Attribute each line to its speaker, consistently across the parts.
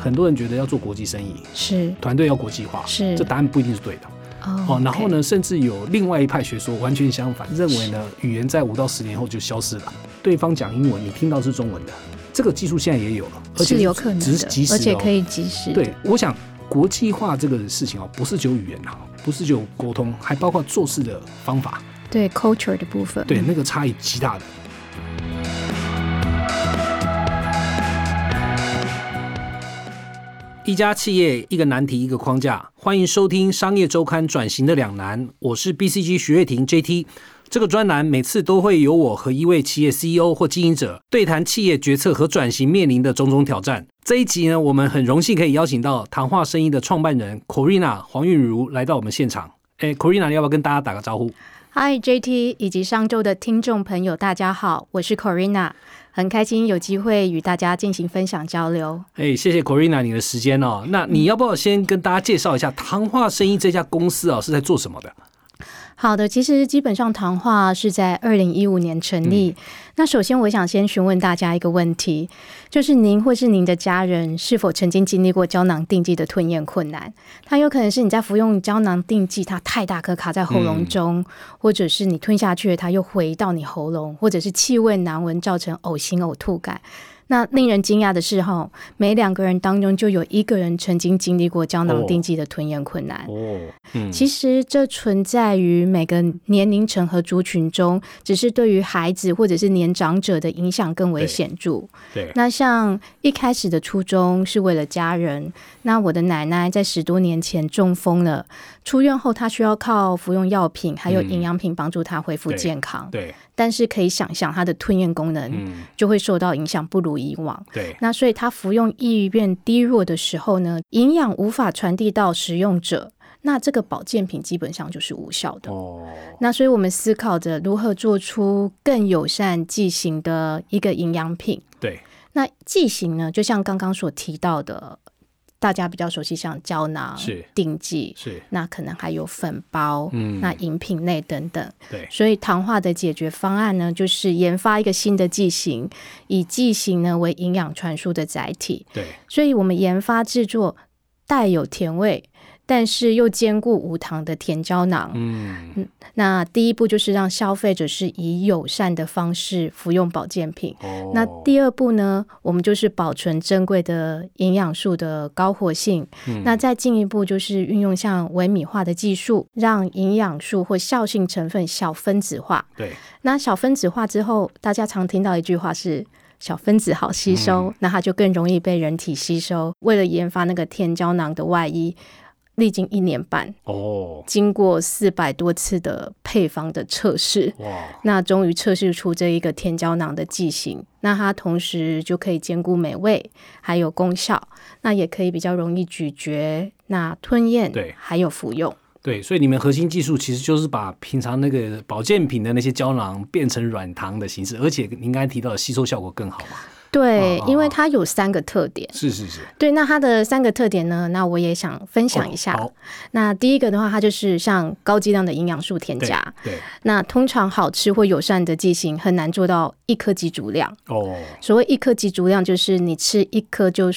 Speaker 1: 很多人觉得要做国际生意，
Speaker 2: 是
Speaker 1: 团队要国际化，
Speaker 2: 是
Speaker 1: 这答案不一定是对的。
Speaker 2: 哦
Speaker 1: 哦，然后
Speaker 2: OK
Speaker 1: 呢，甚至有另外一派学说完全相反，认为呢，语言在五到十年后就消失了。对方讲英文，你听到是中文的，这个技术现在也有了，而且
Speaker 2: 是有可能
Speaker 1: 只
Speaker 2: 的
Speaker 1: 是及，时、哦，
Speaker 2: 而且可以及时。
Speaker 1: 对，，我想国际化这个事情哦，不是只有语言啊，不是只有沟通，还包括做事的方法，
Speaker 2: 对 culture 的部分，
Speaker 1: 对，那个差异极大的。一家企业，一个难题，一个框架。欢迎收听《商业周刊》转型的两难，我是 BCG 徐月婷 JT。这个专栏每次都会有我和一位企业 CEO 或经营者对谈企业决策和转型面临的种种挑战。这一集呢，我们很荣幸可以邀请到谈话生意的创办人 Corina 黄韵如来到我们现场。哎，Corina，你要不要跟大家打个招呼？
Speaker 2: 嗨，JT 以及上周的听众朋友，大家好，我是 Corina，很开心有机会与大家进行分享交流。
Speaker 1: 哎、谢谢 Corina 你的时间哦。那你
Speaker 2: 嗯
Speaker 1: 要不要先跟大家介绍一下谈话生意这家公司啊、是在做什么的？
Speaker 2: 好的，其实基本上谈话是在二零一五年成立。那首先，我想先询问大家一个问题，就是您或是您的家人是否曾经经历过胶囊定剂的吞咽困难？它有可能是你在服用胶囊定剂，它太大颗卡在喉咙中，或者是你吞下去了它又回到你喉咙，或者是气味难闻造成呕心呕吐感。那令人惊讶的是，哈，每两个人当中就有一个人曾经经历过胶囊定剂的吞咽困难。
Speaker 1: 哦，嗯，
Speaker 2: 其实这存在于每个年龄层和族群中，只是对于孩子或者是年长者的影响更为显著。
Speaker 1: 对，
Speaker 2: 那像一开始的初衷是为了家人，那我的奶奶在十多年前中风了，出院后她需要靠服用药品还有
Speaker 1: 嗯
Speaker 2: 营养品帮助她恢复
Speaker 1: 对
Speaker 2: 健康，
Speaker 1: 对，
Speaker 2: 但是可以想象她的吞咽功能
Speaker 1: 嗯，
Speaker 2: 就会受到影响，不如以往。
Speaker 1: 对，
Speaker 2: 那所以它服用意愿低弱的时候呢，营养无法传递到食用者，那这个保健品基本上就是无效的。
Speaker 1: 哦，
Speaker 2: 那所以我们思考着如何做出更友善剂型的一个营养品。
Speaker 1: 对，
Speaker 2: 那剂型呢，就像刚刚所提到的，大家比较熟悉，像胶囊
Speaker 1: 是、
Speaker 2: 定剂，
Speaker 1: 是，
Speaker 2: 那可能还有粉包。
Speaker 1: 嗯，
Speaker 2: 那饮品类等等，
Speaker 1: 对，
Speaker 2: 所以糖化的解决方案呢，就是研发一个新的剂型，以剂型呢为营养传输的载体，
Speaker 1: 对，
Speaker 2: 所以我们研发制作带有甜味，但是又兼顾无糖的甜胶囊。
Speaker 1: 嗯，
Speaker 2: 那第一步就是让消费者是以友善的方式服用保健品。
Speaker 1: 哦，
Speaker 2: 那第二步呢，我们就是保存珍贵的营养素的高活性。那再进一步就是运用像微米化的技术，让营养素或效性成分小分子化。
Speaker 1: 对，
Speaker 2: 那小分子化之后，大家常听到一句话是“小分子好吸收”，那它就更容易被人体吸收。为了研发那个甜胶囊的外衣，历经一年半，
Speaker 1: 哦，
Speaker 2: 经过四百多次的配方的测试，
Speaker 1: 哇，
Speaker 2: 那终于测试出这一个甜胶囊的剂型。那它同时就可以兼顾美味还有功效，那也可以比较容易咀嚼、那吞咽，
Speaker 1: 对
Speaker 2: 还有服用。
Speaker 1: 对，所以你们核心技术其实就是把平常那个保健品的那些胶囊变成软糖的形式，而且您刚才提到的吸收效果更好嘛？
Speaker 2: 对，
Speaker 1: 哦哦
Speaker 2: 因为
Speaker 1: 哦
Speaker 2: 它有三个特点。
Speaker 1: 是是是，
Speaker 2: 对，那它的三个特点呢？那我也想分享一下。
Speaker 1: 哦
Speaker 2: 那第一个的话，它就是像高剂量的营养素添
Speaker 1: 好，对
Speaker 2: 加。，
Speaker 1: 对，
Speaker 2: 那通常好吃或友善的剂型很难做到一颗基足量。
Speaker 1: 哦，
Speaker 2: 所谓一颗基足量，就是你吃一颗就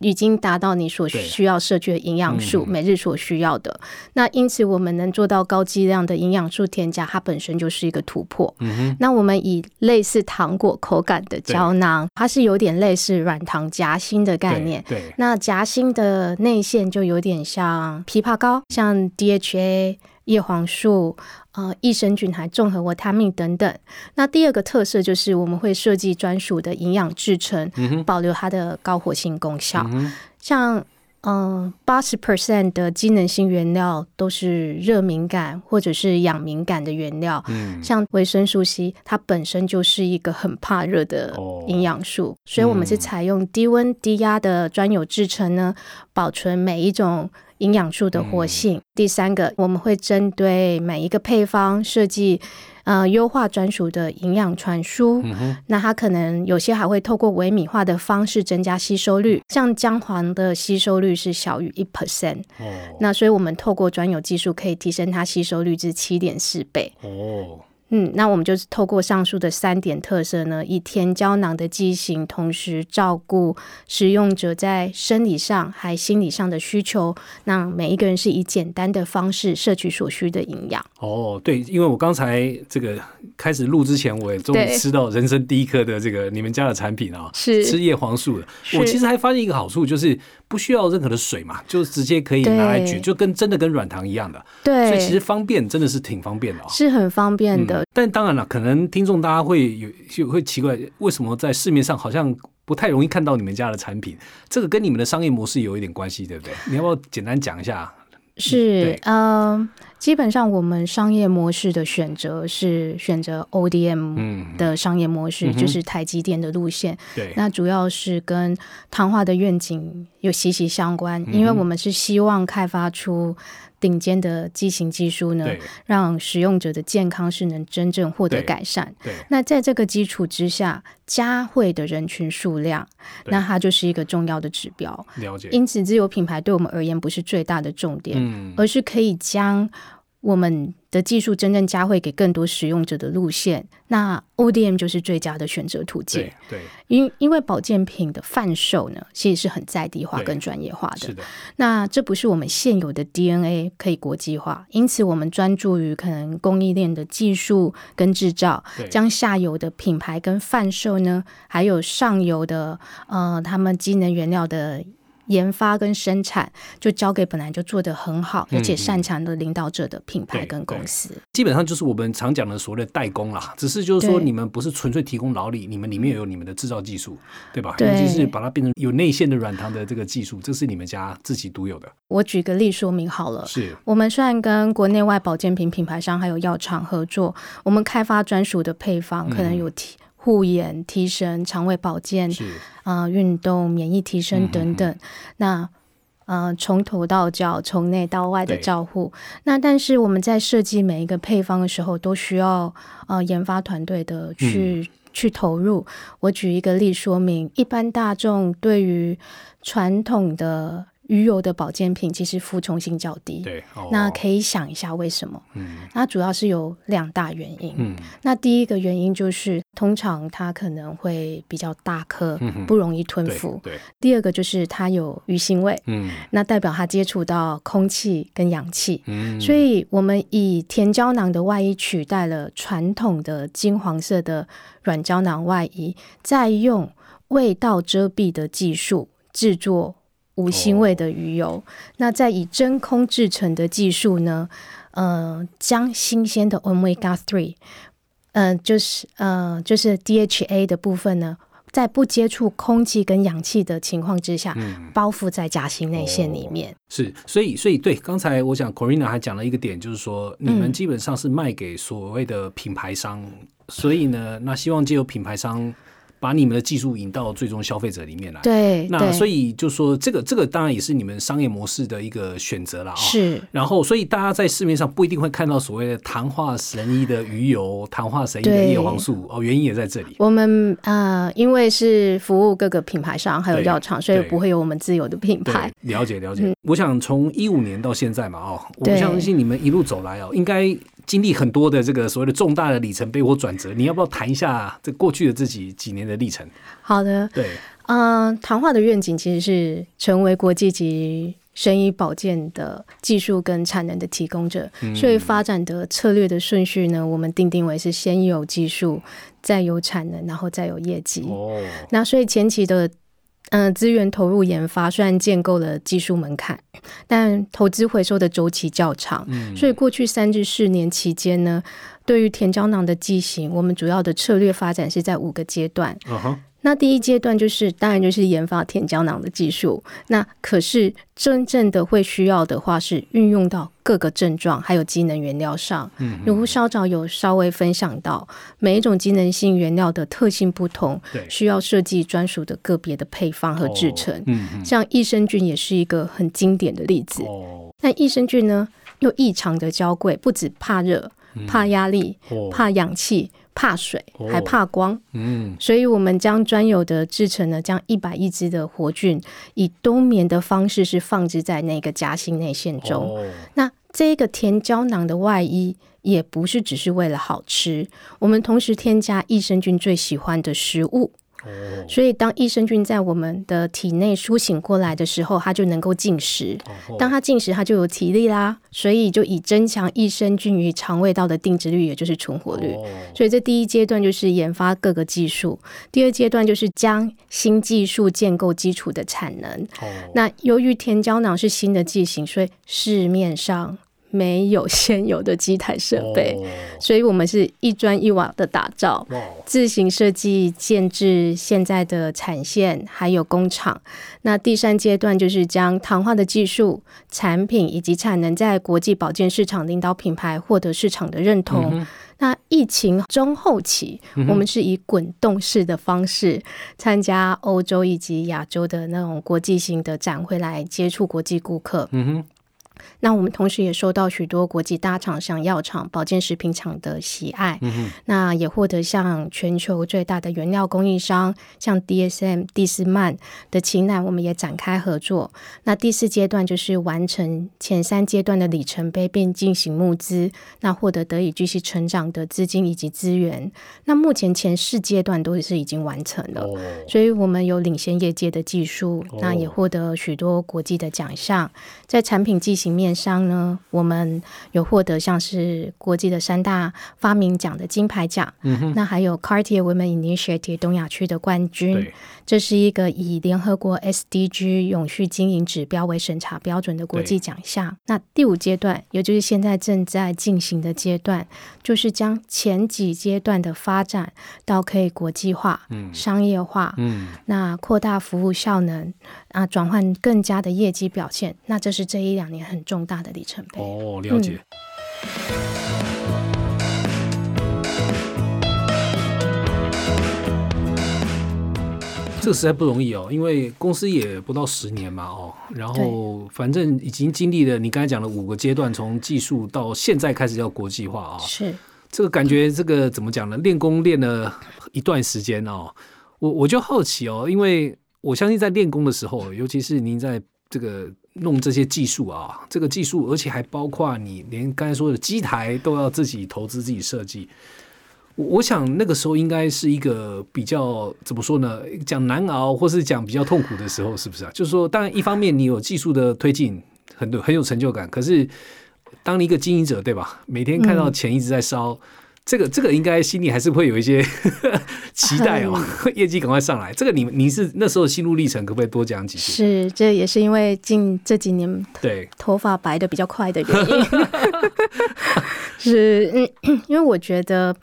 Speaker 2: 已经达到你所
Speaker 1: 对嗯
Speaker 2: 需要摄取的营养素，每日所需要的。那因此，我们能做到高剂量的营养素添加，它本身就是一个突破。
Speaker 1: 嗯哼，
Speaker 2: 那我们以类似糖果口感的胶囊，它是有点类似软糖夹心的概
Speaker 1: 对
Speaker 2: 念。
Speaker 1: 对，
Speaker 2: 那夹心的内馅就有点像枇杷膏，像 DHA、叶黄素、呃益生菌还综合维他命等等。那第二个特色就是我们会设计专属的营养制成，保留它的高活性功效。
Speaker 1: 嗯
Speaker 2: 像嗯，八十 percent 的机能性原料都是热敏感或者是氧敏感的原料，
Speaker 1: 嗯，
Speaker 2: 像维生素 C，它本身就是一个很怕热的
Speaker 1: 哦嗯
Speaker 2: 营养素，所以我们是采用低温低压的专有制成呢，保存每一种营养素的活
Speaker 1: 嗯
Speaker 2: 性。第三个，我们会针对每一个配方设计。呃，优化专属的营养传输，
Speaker 1: 嗯
Speaker 2: 那它可能有些还会透过微米化的方式增加吸收率，像姜黄的吸收率是小于一 percent，
Speaker 1: 哦，
Speaker 2: 那所以我们透过专有技术可以提升它吸收率至七点四倍。
Speaker 1: 哦，
Speaker 2: 嗯，那我们就是透过上述的三点特色呢，以甜胶囊的剂型，同时照顾使用者在生理上还心理上的需求，让每一个人是以简单的方式摄取所需的营养。
Speaker 1: 哦，对，因为我刚才这个开始录之前，我也终于
Speaker 2: 对
Speaker 1: 吃到人生第一颗的这个你们家的产品啊，
Speaker 2: 是
Speaker 1: 吃叶黄素的。我
Speaker 2: 是
Speaker 1: 其实还发现一个好处，就是不需要任何的水嘛，就直接可以拿来
Speaker 2: 对
Speaker 1: 举，就跟真的跟软糖一样的，所以其实嗯
Speaker 2: 对，
Speaker 1: 方便真的是挺方便的啊、
Speaker 2: 是很方便的。
Speaker 1: 但当然了，可能听众大家会有就会奇怪，为什么在市面上好像不太容易看到你们家的产品？这个跟你们的商业模式有一点关系，对不对？你要不要简单讲一下？
Speaker 2: 是
Speaker 1: 对，
Speaker 2: 呃，基本上我们商业模式的选择是选择 ODM
Speaker 1: 嗯，
Speaker 2: 的商业模式，
Speaker 1: 嗯哼
Speaker 2: 就是台积电的路线。
Speaker 1: 对，
Speaker 2: 那主要是跟糖化的愿景有息息相关，
Speaker 1: 嗯
Speaker 2: 因为我们是希望开发出顶尖的畸形技术呢，
Speaker 1: 对，
Speaker 2: 让使用者的健康是能真正获得
Speaker 1: 对
Speaker 2: 改善。
Speaker 1: 对，
Speaker 2: 那在这个基础之下，加会的人群数量，
Speaker 1: 对
Speaker 2: 那它就是一个重要的指标。
Speaker 1: 了解。
Speaker 2: 因此，自有品牌对我们而言不是最大的重点，
Speaker 1: 嗯，
Speaker 2: 而是可以将我们的技术真正加惠给更多使用者的路线。那 ODM 就是最佳的选择途径
Speaker 1: 对。对，
Speaker 2: 因因为保健品的贩售呢，其实是很在地化
Speaker 1: 对
Speaker 2: 跟专业化
Speaker 1: 是
Speaker 2: 的。
Speaker 1: 的，
Speaker 2: 那这不是我们现有的 DNA 可以国际化，因此我们专注于可能供应链的技术跟制造，
Speaker 1: 对，
Speaker 2: 将下游的品牌跟贩售呢，还有上游的呃他们机能原料的。研发跟生产就交给本来就做得很好，
Speaker 1: 嗯
Speaker 2: 而且擅长的领导者的品牌
Speaker 1: 对
Speaker 2: 跟公
Speaker 1: 对
Speaker 2: 司。
Speaker 1: 基本上就是我们常讲的所谓的代工啦，只是就是说
Speaker 2: 对
Speaker 1: 你们不是纯粹提供劳力，你们里面有你们的制造技术，对吧？
Speaker 2: 对
Speaker 1: 尤其是把它变成有内馅的软糖的这个技术，这是你们家自己独有的。
Speaker 2: 我举个例说明好了，
Speaker 1: 是，
Speaker 2: 我们虽然跟国内外保健品品牌商还有药厂合作，我们开发专属的配方，可能有提护眼、提神、肠胃保健、
Speaker 1: 是，
Speaker 2: 啊、运动、免疫提升等等。那呃，从头到脚，从内到外的
Speaker 1: 对
Speaker 2: 照护。那但是我们在设计每一个配方的时候，都需要呃研发团队的去、去投入。我举一个例说明，一般大众对于传统的鱼油的保健品，其实服从性较低。
Speaker 1: 对。哦
Speaker 2: 那可以想一下为什么？
Speaker 1: 嗯
Speaker 2: 那主要是有两大原因。
Speaker 1: 嗯
Speaker 2: 那第一个原因就是，通常它可能会比较大颗，
Speaker 1: 嗯哼
Speaker 2: 不容易吞
Speaker 1: 对
Speaker 2: 服。
Speaker 1: 对，
Speaker 2: 第二个就是它有鱼腥味，
Speaker 1: 嗯
Speaker 2: 那代表它接触到空气跟氧气。
Speaker 1: 嗯，
Speaker 2: 所以，我们以甜胶囊的外衣取代了传统的金黄色的软胶囊外衣，再用味道遮蔽的技术制作无腥味的鱼
Speaker 1: 哦
Speaker 2: 油。那再以真空制成的技术呢，呃，将新鲜的 omega three，呃，就是呃，就是 DHA 的部分呢。在不接触空气跟氧气的情况之下，
Speaker 1: 嗯哦
Speaker 2: 包覆在夹心内馅里面。
Speaker 1: 是，所以所以对，刚才我想 Corina 还讲了一个点，就是说你们
Speaker 2: 嗯
Speaker 1: 基本上是卖给所谓的品牌商，所以呢，那希望借由品牌商把你们的技术引到最终消费者里面来。
Speaker 2: 对，
Speaker 1: 那
Speaker 2: 对，
Speaker 1: 所
Speaker 2: 以
Speaker 1: 以就说这个这个当然也是你们商业模式的一个选择了啊、
Speaker 2: 是
Speaker 1: 然后，所以大家在市面上不一定会看到所谓的糖化神医的鱼油、糖化神医的
Speaker 2: 对
Speaker 1: 叶黄素哦，原因也在这里。
Speaker 2: 我们呃，因为是服务各个品牌商还有
Speaker 1: 对
Speaker 2: 药厂，所以
Speaker 1: 对
Speaker 2: 不会有我们自有的品
Speaker 1: 对
Speaker 2: 牌。，
Speaker 1: 了解了解。我想从一五年到现在嘛，哦，我
Speaker 2: 对
Speaker 1: 相信你们一路走来哦，应该经历很多的这个所谓的重大的里程碑或转折。你要不要谈一下这过去的自己几年的历程？
Speaker 2: 好的，
Speaker 1: 对，
Speaker 2: 嗯、呃，糖化的愿景其实是成为国际级生医保健的技术跟产能的提供者，
Speaker 1: 嗯
Speaker 2: 所以发展的策略的顺序呢，我们定定为是先有技术，再有产能，然后再有业绩。
Speaker 1: 哦，
Speaker 2: 那所以前期的嗯资源投入研发，虽然建构了技术门槛，但投资回收的周期较长，所以过去三至四年期间呢，对于甜胶囊的剂型，我们主要的策略发展是在五个阶段。
Speaker 1: 嗯哼，
Speaker 2: 那第一阶段就是，当然就是研发甜胶囊的技术。那可是真正的会需要的话，是运用到各个症状还有机能原料上。嗯，如稍早有稍微分享到，每一种机能性原料的特性不同，
Speaker 1: 对，
Speaker 2: 需要设计专属的个别的配方和制成。
Speaker 1: 哦嗯嗯，
Speaker 2: 像益生菌也是一个很经典的例子。
Speaker 1: 哦
Speaker 2: 那益生菌呢，又异常的娇贵，不止怕热、怕压力、
Speaker 1: 嗯哦，
Speaker 2: 怕氧气、怕水，
Speaker 1: 哦
Speaker 2: 还怕光。
Speaker 1: 嗯，
Speaker 2: 所以，我们将专有的制成呢，将一百亿只的活菌以冬眠的方式是放置在那个夹心内腺中。
Speaker 1: 哦，
Speaker 2: 那这个甜胶囊的外衣也不是只是为了好吃，我们同时添加益生菌最喜欢的食物。
Speaker 1: 哦
Speaker 2: 所以，当益生菌在我们的体内苏醒过来的时候，它就能够进食。
Speaker 1: 哦
Speaker 2: 当它进食，它就有体力啦，所以就以增强益生菌与肠胃道的定植率，也就是存活率。
Speaker 1: 哦
Speaker 2: 所以这第一阶段就是研发各个技术，第二阶段就是将新技术建构基础的产能。
Speaker 1: 哦
Speaker 2: 那由于甜胶囊是新的剂型，所以市面上没有 现有的机台设备，
Speaker 1: 哦
Speaker 2: 所以我们是一砖一瓦的打造。
Speaker 1: 哇哦
Speaker 2: 自行设计、建制现在的产线，还有工厂。那第三阶段就是将糖化的技术、产品以及产能在国际保健市场领导品牌获得市场的认同。那疫情中后期，我们是以滚动式的方式参加欧洲以及亚洲的那种国际性的展会，来接触国际顾客。
Speaker 1: 嗯哼
Speaker 2: 那我们同时也收到许多国际大厂、像药厂、保健食品厂的喜爱，
Speaker 1: 嗯
Speaker 2: 那也获得像全球最大的原料供应商，像 DSM 第斯曼的青睐，我们也展开合作。那第四阶段就是完成前三阶段的里程碑，并进行募资，那获得得以继续成长的资金以及资源。那目前前四阶段都是已经完成了。
Speaker 1: 哦
Speaker 2: 所以我们有领先业界的技术
Speaker 1: 哦，
Speaker 2: 那也获得许多国际的奖项。在产品剂型面上呢，我们有获得像是国际的三大发明奖的金牌奖，
Speaker 1: 嗯
Speaker 2: 那还有 Cartier Women Initiative 东亚区的冠军
Speaker 1: 对。
Speaker 2: 这是一个以联合国 SDG 永续经营指标为审查标准的国际奖项。那第五阶段，也就是现在正在进行的阶段，就是将前几阶段的发展到可以国际化、商业化，
Speaker 1: 嗯
Speaker 2: 那扩大服务效能啊，转换更加的业绩表现，那这是这一两年很重大的里程碑。
Speaker 1: 哦了解
Speaker 2: 嗯
Speaker 1: 这个实在不容易哦，因为公司也不到十年嘛，哦，然后反正已经经历了你刚才讲的五个阶段，从技术到现在开始要国际化啊、
Speaker 2: 是
Speaker 1: 这个感觉这个怎么讲呢？练功练了一段时间哦，我我就好奇哦，因为我相信在练功的时候，尤其是您在这个弄这些技术啊，这个技术，而且还包括你连刚才说的机台都要自己投资、自己设计。我我想那个时候应该是一个比较怎么说呢？讲难熬，或是讲比较痛苦的时候，是不是啊？就是说，当然一方面你有技术的推进，很多很有成就感，可是当你一个经营者，对吧？每天看到钱一直在烧，这个这个应该心里还是会有一 些期待哦， 业绩赶快上来。这个你你是那时候心路历程，可不可以多讲几句？
Speaker 2: 是，这也是因为近这几年
Speaker 1: 对，
Speaker 2: 头发白的比较快的原因， 是嗯， 因为我觉得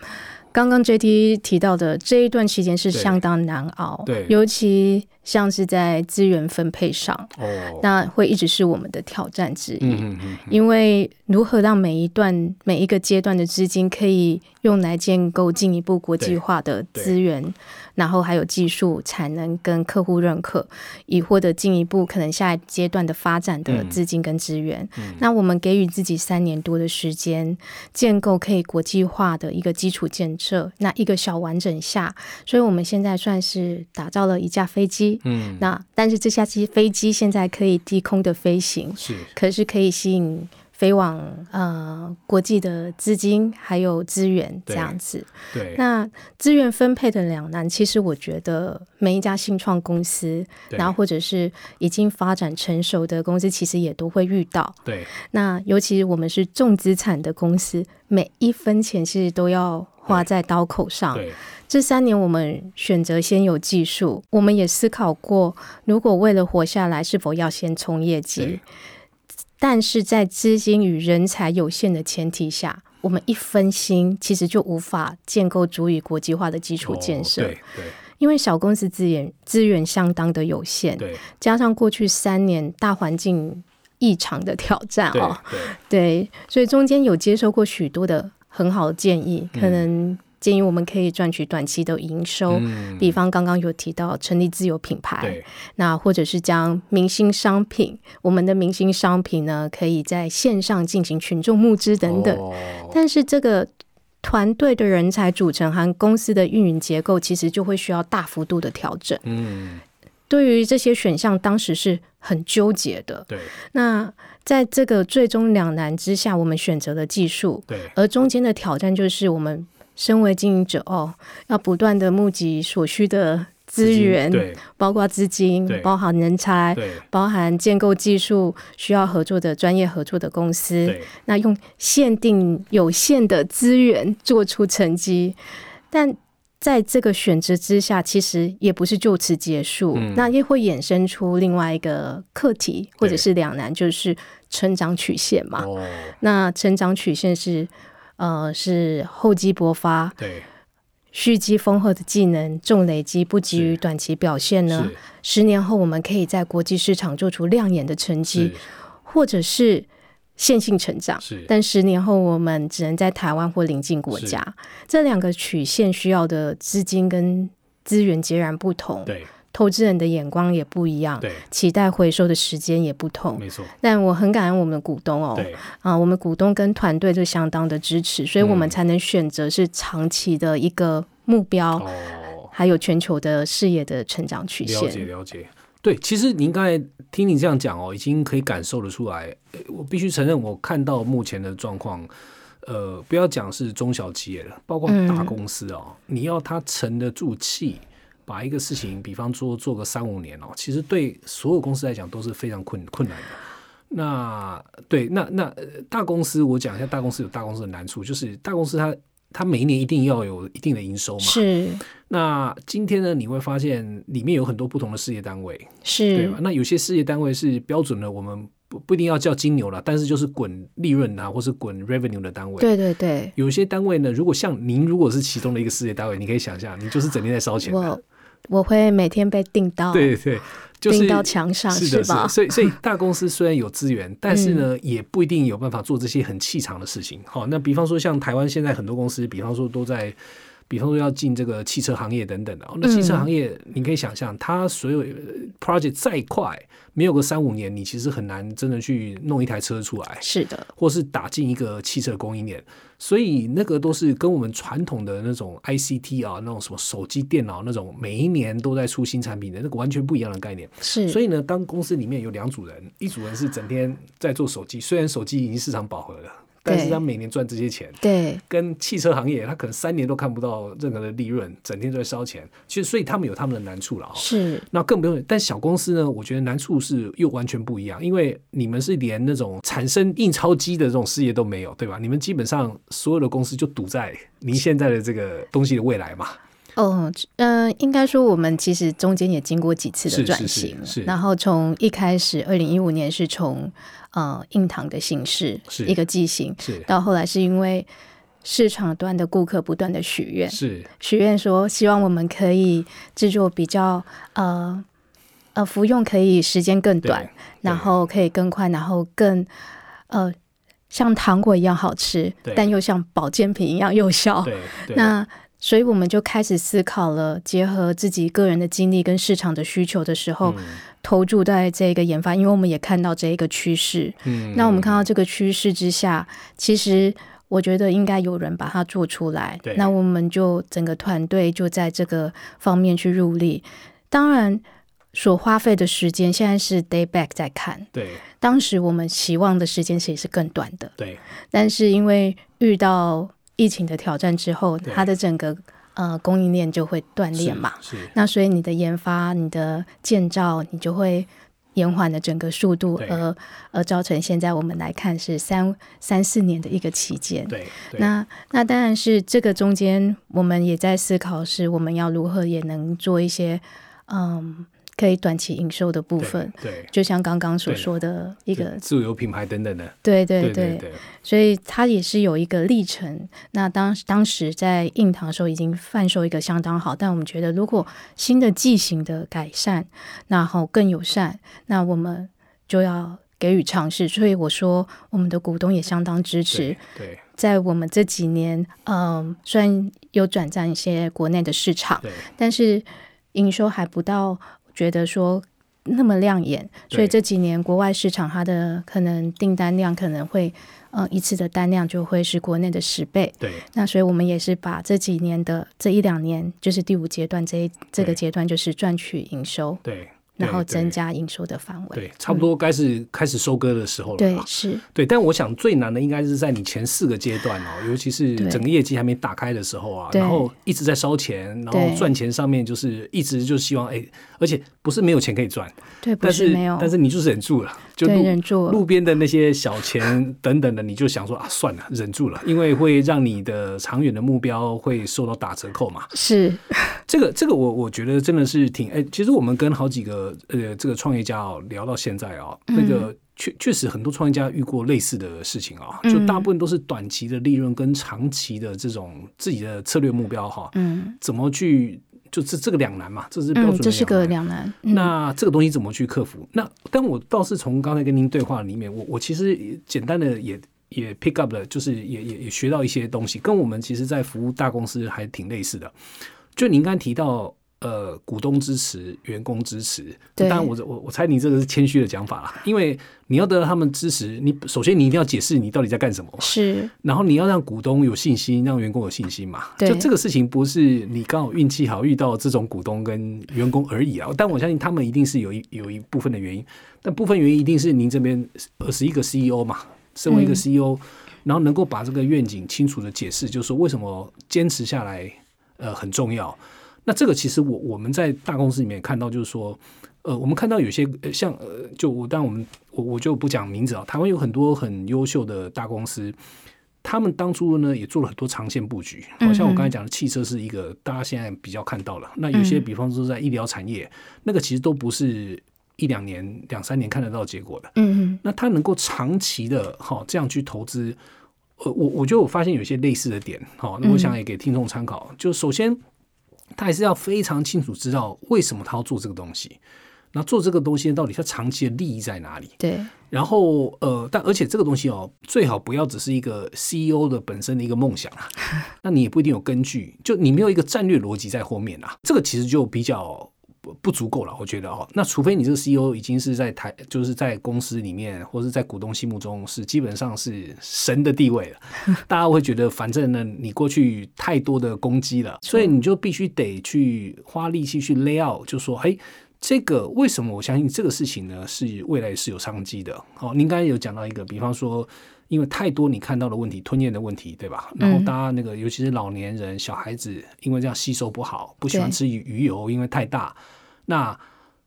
Speaker 2: 刚刚 J T 提到的这一段期间是
Speaker 1: 对
Speaker 2: 相当难熬，
Speaker 1: 对
Speaker 2: 尤其像是在资源分配上，
Speaker 1: 哦，
Speaker 2: 那会一直是我们的挑战之一。
Speaker 1: 嗯嗯嗯，
Speaker 2: 因为如何让每一段、每一个阶段的资金可以用来建构进一步国际化的资源，然后还有技术产能跟客户认可，以获得进一步可能下一阶段的发展
Speaker 1: 嗯
Speaker 2: 的资金跟资源。那我们给予自己三年多的时间，建构可以国际化的一个基础建设，那一个小完整下，所以我们现在算是打造了一架飞机。
Speaker 1: 嗯，
Speaker 2: 那但是这架机飞机现在可以低空的飞行，
Speaker 1: 是
Speaker 2: 可是可以吸引飞往呃国际的资金还有资源
Speaker 1: 对
Speaker 2: 这样子。
Speaker 1: 对，
Speaker 2: 那资源分配的两难，其实我觉得每一家新创公司，
Speaker 1: 对
Speaker 2: 然后或者是已经发展成熟的公司，其实也都会遇到。
Speaker 1: 对，
Speaker 2: 那尤其我们是重资产的公司，每一分钱其实都要花在刀口上。
Speaker 1: 对，
Speaker 2: 这三年我们选择先有技术，我们也思考过，如果为了活下来，是否要先冲业绩
Speaker 1: 对？
Speaker 2: 但是在资金与人才有限的前提下，我们一分心，其实就无法建构足以国际化的基础建设，
Speaker 1: 哦对
Speaker 2: 因为小公司资源资源相当的有限，
Speaker 1: 对
Speaker 2: 加上过去三年大环境异常的挑战
Speaker 1: 对
Speaker 2: 哦，
Speaker 1: 对
Speaker 2: 对，所以中间有接收过许多的很好的建议，
Speaker 1: 嗯
Speaker 2: 可能建议我们可以赚取短期的营收，
Speaker 1: 嗯哦
Speaker 2: 比方刚刚有提到成立自有品牌，
Speaker 1: 对，
Speaker 2: 那或者是将明星商品，我们的明星商品呢，可以在线上进行群众募资等等。
Speaker 1: 哦
Speaker 2: 但是这个团队的人才组成和公司的运营结构，其实就会需要大幅度的调整。
Speaker 1: 嗯，
Speaker 2: 对于这些选项，当时是很纠结的。
Speaker 1: 对
Speaker 2: 那在这个最终两难之下，我们选择了技术，
Speaker 1: 对
Speaker 2: 而中间的挑战就是我们身为经营者哦，要不断的募集所需的资源，
Speaker 1: 对
Speaker 2: 包括资金
Speaker 1: 对，
Speaker 2: 包含人才，
Speaker 1: 对
Speaker 2: 包含建构技术需要合作的专业合作的公司。
Speaker 1: 对
Speaker 2: 那用限定有限的资源做出成绩，但在这个选择之下，其实也不是就此结束，
Speaker 1: 嗯
Speaker 2: 那也会衍生出另外一个课题或者是两难，就是成长曲线嘛。
Speaker 1: 哦
Speaker 2: 那成长曲线是。呃，是厚积薄发，
Speaker 1: 对
Speaker 2: 蓄积丰厚的技能，重累积，不急于
Speaker 1: 是
Speaker 2: 短期表现呢
Speaker 1: 是。
Speaker 2: 十年后，我们可以在国际市场做出亮眼的成绩
Speaker 1: 是，
Speaker 2: 或者是线性成长。
Speaker 1: 是
Speaker 2: 但十年后，我们只能在台湾或邻近国
Speaker 1: 是
Speaker 2: 家。这两个曲线需要的资金跟资源截然不同，
Speaker 1: 对
Speaker 2: 投资人的眼光也不一样，
Speaker 1: 对
Speaker 2: 期待回收的时间也不同。
Speaker 1: 没错
Speaker 2: 但我很感恩我们的股东哦，
Speaker 1: 对
Speaker 2: 啊，我们股东跟团队就相当的支持，所以我们
Speaker 1: 嗯
Speaker 2: 才能选择是长期的一个目标，
Speaker 1: 哦。
Speaker 2: 还有全球的事业的成长曲
Speaker 1: 了解
Speaker 2: 线。
Speaker 1: 了解，对，其实您刚才听你这样讲哦，已经可以感受得出来。呃我必须承认，我看到目前的状况，呃，不要讲是中小企业了，包括大
Speaker 2: 嗯
Speaker 1: 公司哦，你要它沉得住气，把一个事情，比方说做个三五年哦，其实对所有公司来讲都是非常困困难的。那对，那那、呃大公司，我讲一下大公司有大公司的难处，就是大公司它它每一年一定要有一定的营收嘛，
Speaker 2: 是
Speaker 1: 那今天呢，你会发现里面有很多不同的事业单位，对
Speaker 2: 是
Speaker 1: 吧？那有些事业单位是标准的，我们不不一定要叫金牛了，但是就是滚利润啊，或是滚 revenue 的单位。
Speaker 2: 对对对，
Speaker 1: 有些单位呢，如果像您如果是其中的一个事业单位，你可以想象，你就是整天在烧钱的
Speaker 2: 我。我会每天被定到，
Speaker 1: 对对，就是
Speaker 2: 钉到墙上
Speaker 1: 是的，
Speaker 2: 是吧
Speaker 1: 的所以所以大公司虽然有资源，但是呢，也不一定有办法做这些很气场的事情。好，那比方说像台湾现在很多公司，比方说都在。比方说要进这个汽车行业等等的、哦，那汽车行业你可以想象，它所有呃 project 再快，没有个三五年，你其实很难真的去弄一台车出来。
Speaker 2: 是的，
Speaker 1: 或是打进一个汽车供应链，所以那个都是跟我们传统的那种 ICT 啊，那种什么手机、电脑那种每一年都在出新产品的那个完全不一样的概念。
Speaker 2: 是，
Speaker 1: 所
Speaker 2: 以
Speaker 1: 以呢，当公司里面有两组人，一组人是整天在做手机，虽然手机已经市场饱和了，但是
Speaker 2: 对
Speaker 1: 他每年赚这些钱。
Speaker 2: 对
Speaker 1: 跟汽车行业，他可能三年都看不到任何的利润，整天都在烧钱。其实，所以他们有他们的难处了啊、
Speaker 2: 是
Speaker 1: 那更不用，但小公司呢，我觉得难处是又完全不一样，因为你们是连那种产生印钞机的这种事业都没有，对吧？你们基本上所有的公司就赌在您现在的这个东西的未来嘛。
Speaker 2: 哦，嗯、应该说我们其实中间也经过几次
Speaker 1: 是是
Speaker 2: 的转
Speaker 1: 是
Speaker 2: 型，
Speaker 1: 是
Speaker 2: 然后从一开始，二零一五年是从呃硬糖的形式
Speaker 1: 是
Speaker 2: 一个机型，
Speaker 1: 是
Speaker 2: 到后来是因为市场端的顾客不断的许愿，
Speaker 1: 是
Speaker 2: 许愿说希望我们可以制作比较呃呃服用可以时间更短
Speaker 1: 对，
Speaker 2: 然后可以更快，然后更呃像糖果一样好吃
Speaker 1: 对，
Speaker 2: 但又像保健品一样有效。
Speaker 1: 对对
Speaker 2: 那所以我们就开始思考了，结合自己个人的经历跟市场的需求的时候，
Speaker 1: 嗯
Speaker 2: 投注在这个研发，因为我们也看到这一个趋势。
Speaker 1: 嗯
Speaker 2: 那我们看到这个趋势之下，其实我觉得应该有人把它做出来
Speaker 1: 对。
Speaker 2: 那我们就整个团队就在这个方面去入力。当然，所花费的时间现在是 day back 在看，
Speaker 1: 对
Speaker 2: 当时我们期望的时间其实是更短的，
Speaker 1: 对
Speaker 2: 但是因为遇到疫情的挑战之后，
Speaker 1: 对
Speaker 2: 它的整个呃供应链就会断裂嘛。
Speaker 1: 是是
Speaker 2: 那所以你的研发、你的建造，你就会延缓了整个速度
Speaker 1: 对，
Speaker 2: 而而造成现在我们来看是三三四年的一个期间。
Speaker 1: 对对
Speaker 2: 那那当然是这个中间，我们也在思考，是我们要如何也能做一些，嗯，可以短期营收的部
Speaker 1: 对
Speaker 2: 分，
Speaker 1: 对
Speaker 2: 就像刚刚所
Speaker 1: 对的
Speaker 2: 说的一
Speaker 1: 一
Speaker 2: 个，
Speaker 1: 自由品牌等等的，
Speaker 2: 对对
Speaker 1: 对
Speaker 2: 对，
Speaker 1: 对
Speaker 2: 所以它也是有一个历程。那当当时在印堂的时候已经贩售一个相当好，但我们觉得如果新的剂型的改善，然后更友善，那我们就要给予尝试。所以我说，我们的股东也相当支持
Speaker 1: 对。对
Speaker 2: 在我们这几年，嗯，虽然有转战一些国内的市场，
Speaker 1: 对
Speaker 2: 但是营收还不到觉得说那么亮眼，
Speaker 1: 对
Speaker 2: 所以这几年国外市场它的可能订单量可能会呃一次的单量就会是国内的十倍。
Speaker 1: 对
Speaker 2: 那所以我们也是把这几年的这一两年，就是第五阶段这一这个阶段，就是赚取营收。
Speaker 1: 对，
Speaker 2: 然后
Speaker 1: 对对
Speaker 2: 增加营收的范围。
Speaker 1: 对，差不多该是开始收割的时候了
Speaker 2: 对
Speaker 1: 吧。
Speaker 2: 是，
Speaker 1: 对，但我想最难的应该是在你前四个阶段哦，尤其是
Speaker 2: 对
Speaker 1: 整个业绩还没打开的时候啊，
Speaker 2: 对
Speaker 1: 然后一直在烧钱，然后
Speaker 2: 对
Speaker 1: 赚钱上面就是一直就希望哎，而且不是没有钱可以赚，
Speaker 2: 对，不
Speaker 1: 但
Speaker 2: 是
Speaker 1: 是
Speaker 2: 没有，
Speaker 1: 但是你就是忍住了，就
Speaker 2: 对
Speaker 1: 路
Speaker 2: 忍住了
Speaker 1: 路边的那些小钱等等的，你就想说啊，算了，忍住了，因为会让你的长远的目标会受到打折扣嘛。
Speaker 2: 是
Speaker 1: 这个这个我我觉得真的是挺哎、其实我们跟好几个呃这个创业家哦聊到现在哦，那
Speaker 2: 嗯
Speaker 1: 个确确实很多创业家遇过类似的事情啊、哦，就大部分都是短期的利润跟长期的这种自己的策略目标哈、
Speaker 2: 嗯
Speaker 1: 怎么去就这这个两难嘛，这是标准的两难、
Speaker 2: 嗯，这是个两难。嗯
Speaker 1: 那这个东西怎么去克服？那但我倒是从刚才跟您对话里面，我我其实简单的也也 pick up 了，就是也也也学到一些东西，跟我们其实在服务大公司还挺类似的。就您刚才提到。呃，股东支持、员工支持，
Speaker 2: 对
Speaker 1: 当然我我我猜你这个是谦虚的讲法啦，因为你要得到他们支持，你首先你一定要解释你到底在干什么嘛，
Speaker 2: 是
Speaker 1: 然后你要让股东有信心，让员工有信心嘛。
Speaker 2: 对
Speaker 1: 就这个事情不是你刚好运气好遇到这种股东跟员工而已啊。但我相信他们一定是有一有一部分的原因，但部分原因一定是您这边二十一个 CEO 嘛，身为一个
Speaker 2: 嗯
Speaker 1: CEO，、然后能够把这个愿景清楚的解释，就是说为什么坚持下来呃很重要。那这个其实我我们在大公司里面也看到，就是说，呃，我们看到有些呃像呃，就我当然我们我我就不讲名字啊，台湾有很多很优秀的大公司，他们当初呢也做了很多长线布局，好、像我刚才讲的汽车是一个大家现在比较看到了，那有些比方说在医疗产业，那个其实都不是一两年、两三年看得到结果的。
Speaker 2: 嗯
Speaker 1: 那他能够长期的哈、这样去投资，呃，我我觉得我发现有些类似的点哈、那我想也给听众参考。就首先，他还是要非常清楚知道为什么他要做这个东西，那做这个东西到底他长期的利益在哪里？
Speaker 2: 对
Speaker 1: 然后呃，但而且这个东西哦，最好不要只是一个 CEO 的本身的一个梦想啊，那你也不一定有根据，就你没有一个战略逻辑在后面啊，这个其实就比较。不不足够了，我觉得哦。那除非你这个 CEO 已经是在台，就是在公司里面，或是在股东心目中是基本上是神的地位了，大家会觉得反正呢，你过去太多的攻击了，所以你就必须得去花力气去 lay out，就说，哎，这个为什么我相信这个事情呢？是未来是有商机的。好、您刚才有讲到一个，比方说，因为太多你看到的问题，吞咽的问题，对吧？然后大家那个，尤其是老年人、小孩子，因为这样吸收不好，不喜欢
Speaker 2: 对
Speaker 1: 吃鱼鱼油，因为太大。那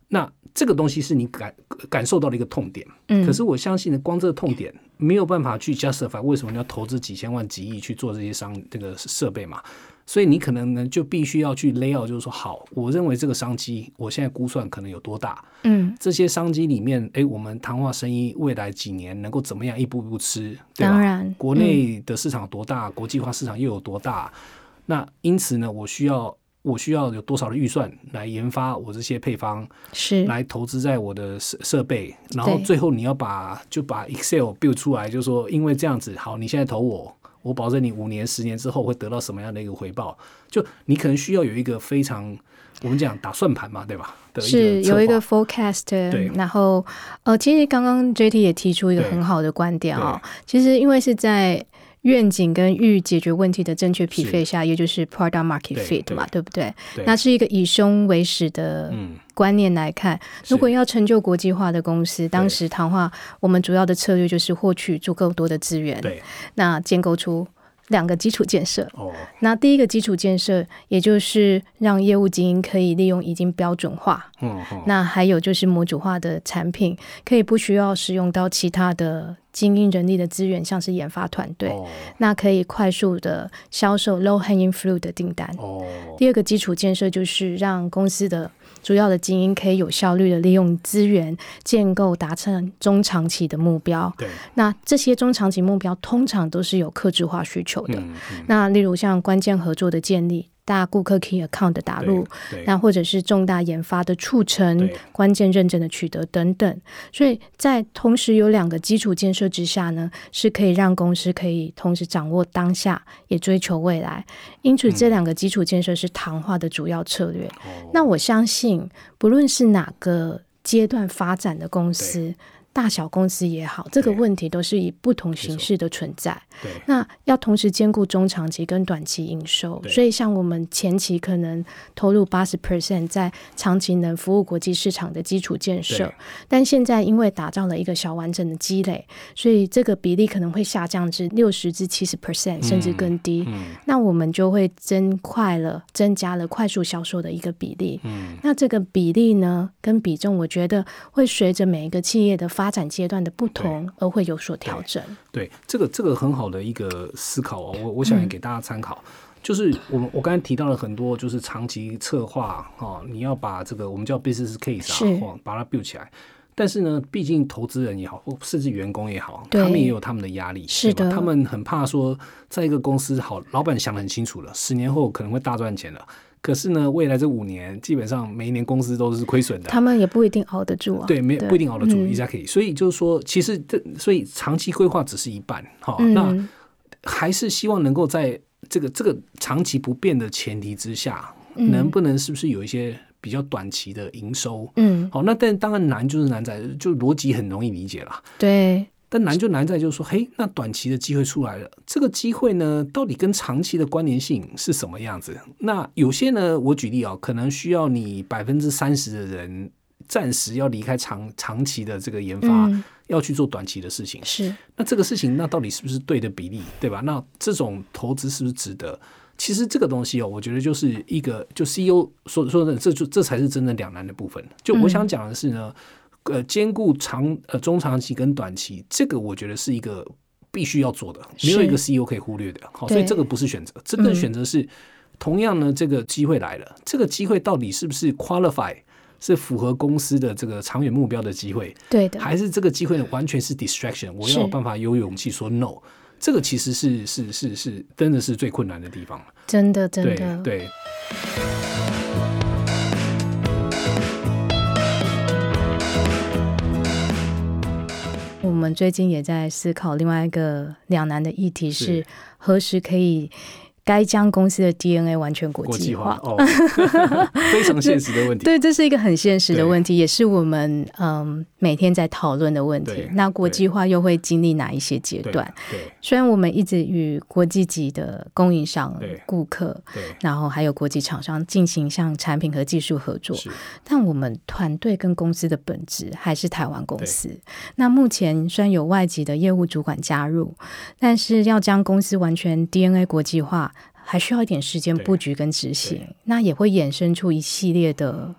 Speaker 1: 那这个东西是你感感受到的一个痛点。
Speaker 2: 嗯，
Speaker 1: 可是我相信呢，光这个痛点没有办法去 justify 为什么你要投资几千万、几亿去做这些商这个设备嘛？所以你可能呢就必须要去 lay out，就是说，好，我认为这个商机，我现在估算可能有多大？
Speaker 2: 嗯，
Speaker 1: 这些商机里面，哎，我们谈话生意未来几年能够怎么样一步一步吃，对
Speaker 2: 当
Speaker 1: 吧？
Speaker 2: 然
Speaker 1: 国内
Speaker 2: 嗯
Speaker 1: 的市场有多大，国际化市场又有多大？那因此呢，我需要我需要有多少的预算来研发我这些配方？
Speaker 2: 是
Speaker 1: 来投资在我的设设备，然后
Speaker 2: 对
Speaker 1: 最后你要把就把 Excel build 出来，就说因为这样子，好，你现在投我，我保证你五年、十年之后会得到什么样的一个回报。就你可能需要有一个非常，我们讲打算盘嘛，对吧？的
Speaker 2: 是有一
Speaker 1: 一
Speaker 2: 个
Speaker 1: 个策
Speaker 2: forecast，
Speaker 1: 对
Speaker 2: 然后呃，其实刚刚 JT 也提出一个
Speaker 1: 对
Speaker 2: 很好的观点哦，其实因为是在愿景跟预解决问题的正确匹配下，也就是 product market
Speaker 1: 对
Speaker 2: fit 嘛，对不对？
Speaker 1: 对
Speaker 2: 那是一个以终为始的
Speaker 1: 嗯
Speaker 2: 观念来看，
Speaker 1: 是
Speaker 2: 如果要成就国际化的公司，当时谈话我们主要的策略就是获取足够多的资源
Speaker 1: 划，，对
Speaker 2: 那建构出两个基础建设，
Speaker 1: 哦，
Speaker 2: 那第一个基础建设，也就是让业务精英可以利用已经标准化，
Speaker 1: 嗯嗯，
Speaker 2: 那还有就是模组化的产品，可以不需要使用到其他的精英人力的资源，像是研发团队，
Speaker 1: 哦
Speaker 2: 那可以快速的销售 low hanging fruit 的订单。
Speaker 1: 哦，
Speaker 2: 第二个基础建设就是让公司的主要的精英可以有效率的利用资源，建构达成中长期的目标。
Speaker 1: 对，
Speaker 2: 那这些中长期目标通常都是有克制化需求的。
Speaker 1: 嗯嗯，
Speaker 2: 那例如像关键合作的建立、大顾客 key account 的打入，
Speaker 1: 对对
Speaker 2: 那嗯或者是重大研发的促成
Speaker 1: 对、
Speaker 2: 关键认证的取得等等。所以在同时有两个基础建设之下呢，是可以让公司可以同时掌握当下，也追求未来。因此，这两个基础建设是谈话的主要策略。
Speaker 1: 哦
Speaker 2: 那我相信，不论是哪个阶段发展的公司。大小公司也好，这个
Speaker 1: 对
Speaker 2: 问题都是以不同形
Speaker 1: 没错
Speaker 2: 式的存在。
Speaker 1: 对，
Speaker 2: 那要同时兼顾中长期跟短期营收，
Speaker 1: 对
Speaker 2: 所以像我们前期可能投入八十 percent 在长期能服务国际市场的基础建设
Speaker 1: 对，
Speaker 2: 但现在因为打造了一个小完整的积累，所以这个比例可能会下降至六十至七十 percent 甚至更低。
Speaker 1: 嗯
Speaker 2: 那我们就会增快了，增加了快速销售的一个比例。
Speaker 1: 嗯，
Speaker 2: 那这个比例呢，跟比重，我觉得会随着每一个企业的发展阶段的不同而会有所调整。
Speaker 1: 对，这个这个很好的一个思考哦，我我想也给大家参考。就是我们我刚才提到了很多，就是长期策划哦，你要把这个我们叫 business case
Speaker 2: 是
Speaker 1: 啊，哦，把它 build 起来。但是呢，毕竟投资人也好，或甚至员工也好，
Speaker 2: 对
Speaker 1: 他们也有他们的压力，
Speaker 2: 是
Speaker 1: 对吧
Speaker 2: 的
Speaker 1: 他们很怕说，在一个公司好，老板想得很清楚了，十年后可能会大赚钱了，可是呢，未来这五年基本上每一年公司都是亏损的，
Speaker 2: 他们也不一定熬得住啊。
Speaker 1: 对，没不一定熬得住、
Speaker 2: 嗯
Speaker 1: e x a c t l y 所以就是说，其实这所以长期规划只是一半，好、啊那
Speaker 2: 嗯，
Speaker 1: 还是希望能够在这个这个长期不变的前提之下，
Speaker 2: 嗯
Speaker 1: 能不能是不是有一些比较短期的营收？
Speaker 2: 嗯，
Speaker 1: 好，那但当然难就是难在，就逻辑很容易理解啦。
Speaker 2: 对，
Speaker 1: 但难就难在就是说，嘿，那短期的机会出来了，这个机会呢，到底跟长期的关联性是什么样子？那有些呢，我举例啊、可能需要你百分之三十的人暂时要离开长长期的这个研发，
Speaker 2: 嗯，
Speaker 1: 要去做短期的事情。
Speaker 2: 是，
Speaker 1: 那这个事情，那到底是不是对的比例，对吧？那这种投资是不是值得？其实这个东西哦，我觉得就是一个就 CEO 说说的，这就这才是真的两难的部分。就我
Speaker 2: 嗯
Speaker 1: 想讲的是呢，呃，兼顾长呃中长期跟短期，这个我觉得是一个必须要做的，没有
Speaker 2: 是
Speaker 1: 一个 CEO 可以忽略的。好，
Speaker 2: 对
Speaker 1: 所以这个不是选择，真正
Speaker 2: 嗯
Speaker 1: 选择是、同样呢，这个机会来了，这个机会到底是不是 qualify？是符合公司的这个长远目标的机会，
Speaker 2: 对的，
Speaker 1: 还是这个机会完全是 distraction，我要有办法有勇气说 no。这个其实是是是是，真的是最困难的地方。
Speaker 2: 真的，真
Speaker 1: 对
Speaker 2: 的，
Speaker 1: 对，
Speaker 2: 我们最近也在思考另外一个两难的议题是
Speaker 1: 是
Speaker 2: 何时可以该将公司的 DNA 完全国
Speaker 1: 国
Speaker 2: 际
Speaker 1: 际
Speaker 2: 化
Speaker 1: 化。哦， 非常现实的问题。
Speaker 2: 对，这是一个很现实的
Speaker 1: 对
Speaker 2: 问题，也是我们嗯每天在讨论的问题
Speaker 1: 对。
Speaker 2: 那国际化又会经历哪一些阶
Speaker 1: 对
Speaker 2: 段？
Speaker 1: 对
Speaker 2: 虽然我们一直与国际级的供应商
Speaker 1: 对、
Speaker 2: 顾客，
Speaker 1: 对
Speaker 2: 然后还有国际厂商进行像产品和技术合作，
Speaker 1: 是，
Speaker 2: 但我们团队跟公司的本质还是台湾公司。那目前虽然有外籍的业务主管加入，但是要将公司完全 DNA 国际化，还需要一点时间
Speaker 1: 对
Speaker 2: 布局跟执行。那也会衍生出一系列的。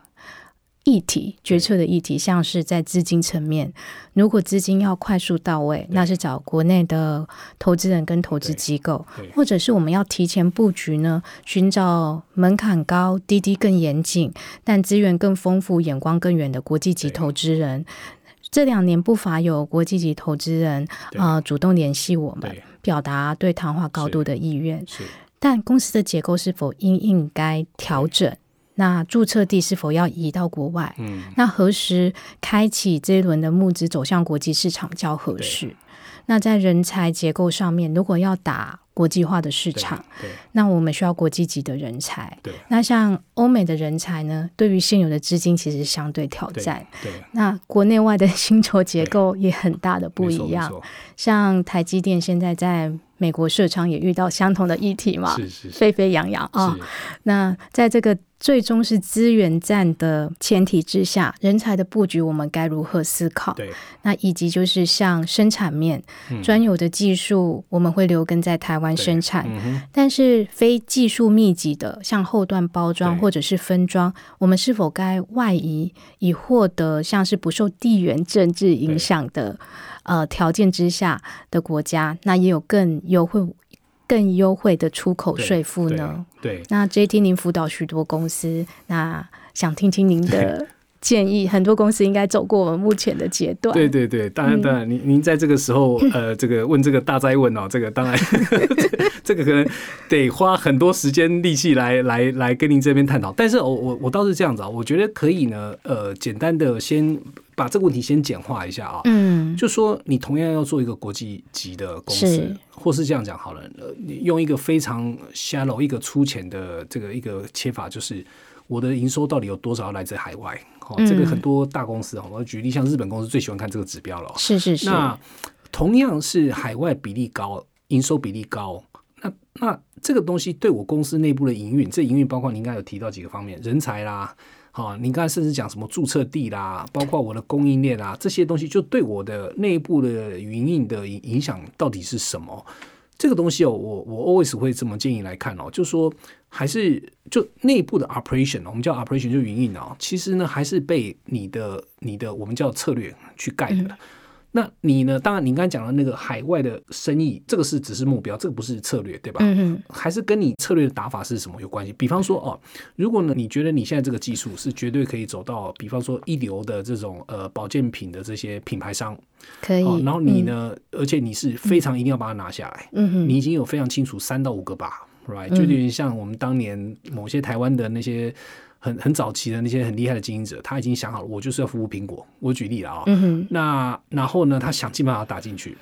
Speaker 2: 议题决策的议题，像是在资金层面，如果资金要快速到位，那是找国内的投资人跟投资
Speaker 1: 对
Speaker 2: 机构
Speaker 1: 对，
Speaker 2: 或者是我们要提前布局呢，寻找门槛高、滴滴更严谨，但资源更丰富、眼光更远的国际级
Speaker 1: 对
Speaker 2: 投资人。这两年不乏有国际级投资人
Speaker 1: 对
Speaker 2: 呃主动联系我们
Speaker 1: 对，
Speaker 2: 表达对谈话高度的意愿，
Speaker 1: 是
Speaker 2: 但公司的结构是否应应该调整？那注册地是否要移到国外？
Speaker 1: 嗯，
Speaker 2: 那何时开启这一轮的募资走向国际市场较合适？那在人才结构上面，如果要打国际化的市
Speaker 1: 对
Speaker 2: 场，
Speaker 1: 对
Speaker 2: 那我们需要国际级的人才。
Speaker 1: 对
Speaker 2: 那像欧美的人才呢，对于现有的资金其实相对挑
Speaker 1: 对
Speaker 2: 战。
Speaker 1: 对，
Speaker 2: 那国内外的薪酬结构也很大的不
Speaker 1: 没错
Speaker 2: 一样
Speaker 1: 没，错
Speaker 2: 像台积电现在在美国设厂也遇到相同的议题嘛，
Speaker 1: 是是是
Speaker 2: 沸沸扬扬啊。
Speaker 1: 是
Speaker 2: 那在这个最终是资源战的前提之下，人才的布局我们该如何思考？
Speaker 1: 对
Speaker 2: 那以及就是像生产面、
Speaker 1: 嗯
Speaker 2: 专有的技术，我们会留根在台湾
Speaker 1: 对
Speaker 2: 生产。
Speaker 1: 嗯哼，
Speaker 2: 但是非技术密集的，像后段包装
Speaker 1: 对
Speaker 2: 或者是分装，我们是否该外移，以获得像是不受地缘政治影响的呃条件之下的国家，那也有更优惠、更优惠的出口
Speaker 1: 对
Speaker 2: 税负
Speaker 1: 对
Speaker 2: 呢？
Speaker 1: 对
Speaker 2: 那 JT 您辅导许多公司，那想听听您的建议。很多公司应该走过我们目前的阶段。
Speaker 1: 对对对，当然当然，您您在这个时候，呃，这个问这个大灾问哦，这个当然，这个可能得花很多时间力气来来来跟您这边探讨。但是我哦我我倒是这样子啊，我觉得可以呢，呃，简单的先把这个问题先简化一下啊。
Speaker 2: 嗯，
Speaker 1: 就说你同样要做一个国际级的公司
Speaker 2: 是，
Speaker 1: 或是这样讲好了，呃你用一个非常 shallow 一个粗浅的这个一个切法，就是我的营收到底有多少来自海外？哦，这个
Speaker 2: 嗯
Speaker 1: 很多大公司哦，我举例像日本公司最喜欢看这个指标了哦。
Speaker 2: 是是是，
Speaker 1: 那同样是海外比例高，营收比例高，那那这个东西对我公司内部的营运，这营运包括你刚才有提到几个方面，人才啦，好、你刚才甚至讲什么注册地啦，包括我的供应链啦，啊这些东西就对我的内部的营运的影影响到底是什么？这个东西哦，我我 always 会这么建议来看哦，就说还是就内部的 operation，我们叫 operation 就营运哦，其实呢还是被你的你的我们叫策略去盖的。那你呢？当然，你刚才讲的那个海外的生意，这个是只是目标，这个不是策略，对吧？
Speaker 2: 嗯
Speaker 1: 还是跟你策略的打法是什么有关系。比方说哦，如果呢你觉得你现在这个技术是绝对可以走到，比方说一流的这种呃保健品的这些品牌商，
Speaker 2: 哼，可以。
Speaker 1: 哦，然后你呢，而且你是非常一定要把它拿下来，
Speaker 2: 嗯哼，嗯
Speaker 1: 你已经有非常清楚三到五个吧，right？就有点像我们当年某些台湾的那些很很早期的那些很厉害的经营者，他已经想好了，我就是要服务苹果。我举例了啊、
Speaker 2: 嗯哼，
Speaker 1: 那然后呢，他想尽办法打进去。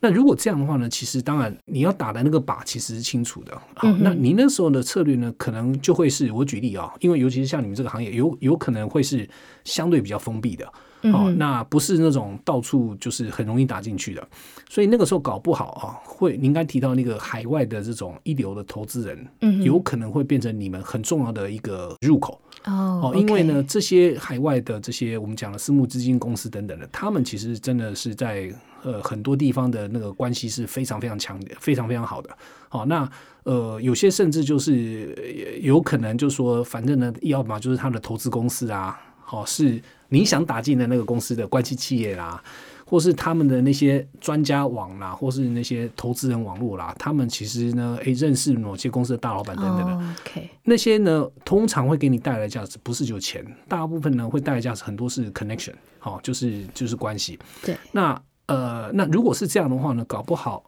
Speaker 1: 那如果这样的话呢，其实当然你要打的那个靶其实是清楚的。
Speaker 2: 嗯
Speaker 1: 好，那你那时候的策略呢，可能就会是我举例啊、因为尤其是像你们这个行业，有有可能会是相对比较封闭的。
Speaker 2: 嗯
Speaker 1: 哦，那不是那种到处就是很容易打进去的，所以那个时候搞不好啊，会你应该提到那个海外的这种一流的投资人，
Speaker 2: 嗯哼
Speaker 1: 有可能会变成你们很重要的一个入口。
Speaker 2: 哦
Speaker 1: 哦，，因为呢，，这些海外的这些我们讲的私募基金公司等等的，他们其实真的是在呃很多地方的那个关系是非常非常强的，非常非常好的。好、那呃有些甚至就是呃有可能就说，反正呢，要么就是他的投资公司啊，好、是你想打进的那个公司的关系企业啦。或是他们的那些专家网啦，或是那些投资人网络啦，他们其实呢，诶，认识某些公司的大老板等等的，
Speaker 2: 哦，OK，
Speaker 1: 那些呢，通常会给你带来价值，不是就钱，大部分呢会带来价值，很多是 connection，好、就是就是关系。
Speaker 2: 对，
Speaker 1: 那呃，那如果是这样的话呢，搞不好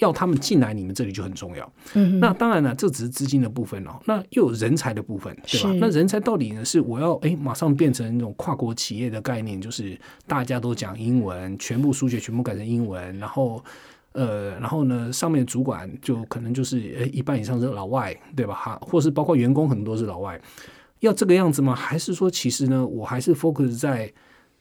Speaker 1: 要他们进来你们这里就很重要。
Speaker 2: 嗯哼，
Speaker 1: 那当然了，这只是资金的部分哦，那又有人才的部分，对吧
Speaker 2: 是？
Speaker 1: 那人才到底呢是我要诶马上变成那种跨国企业的概念，就是大家都讲英文，全部书写全部改成英文，然后。呃，然后呢，上面的主管就可能就是呃一半以上是老外，对吧？哈，或是包括员工很多是老外，要这个样子吗？还是说其实呢，我还是 focus 在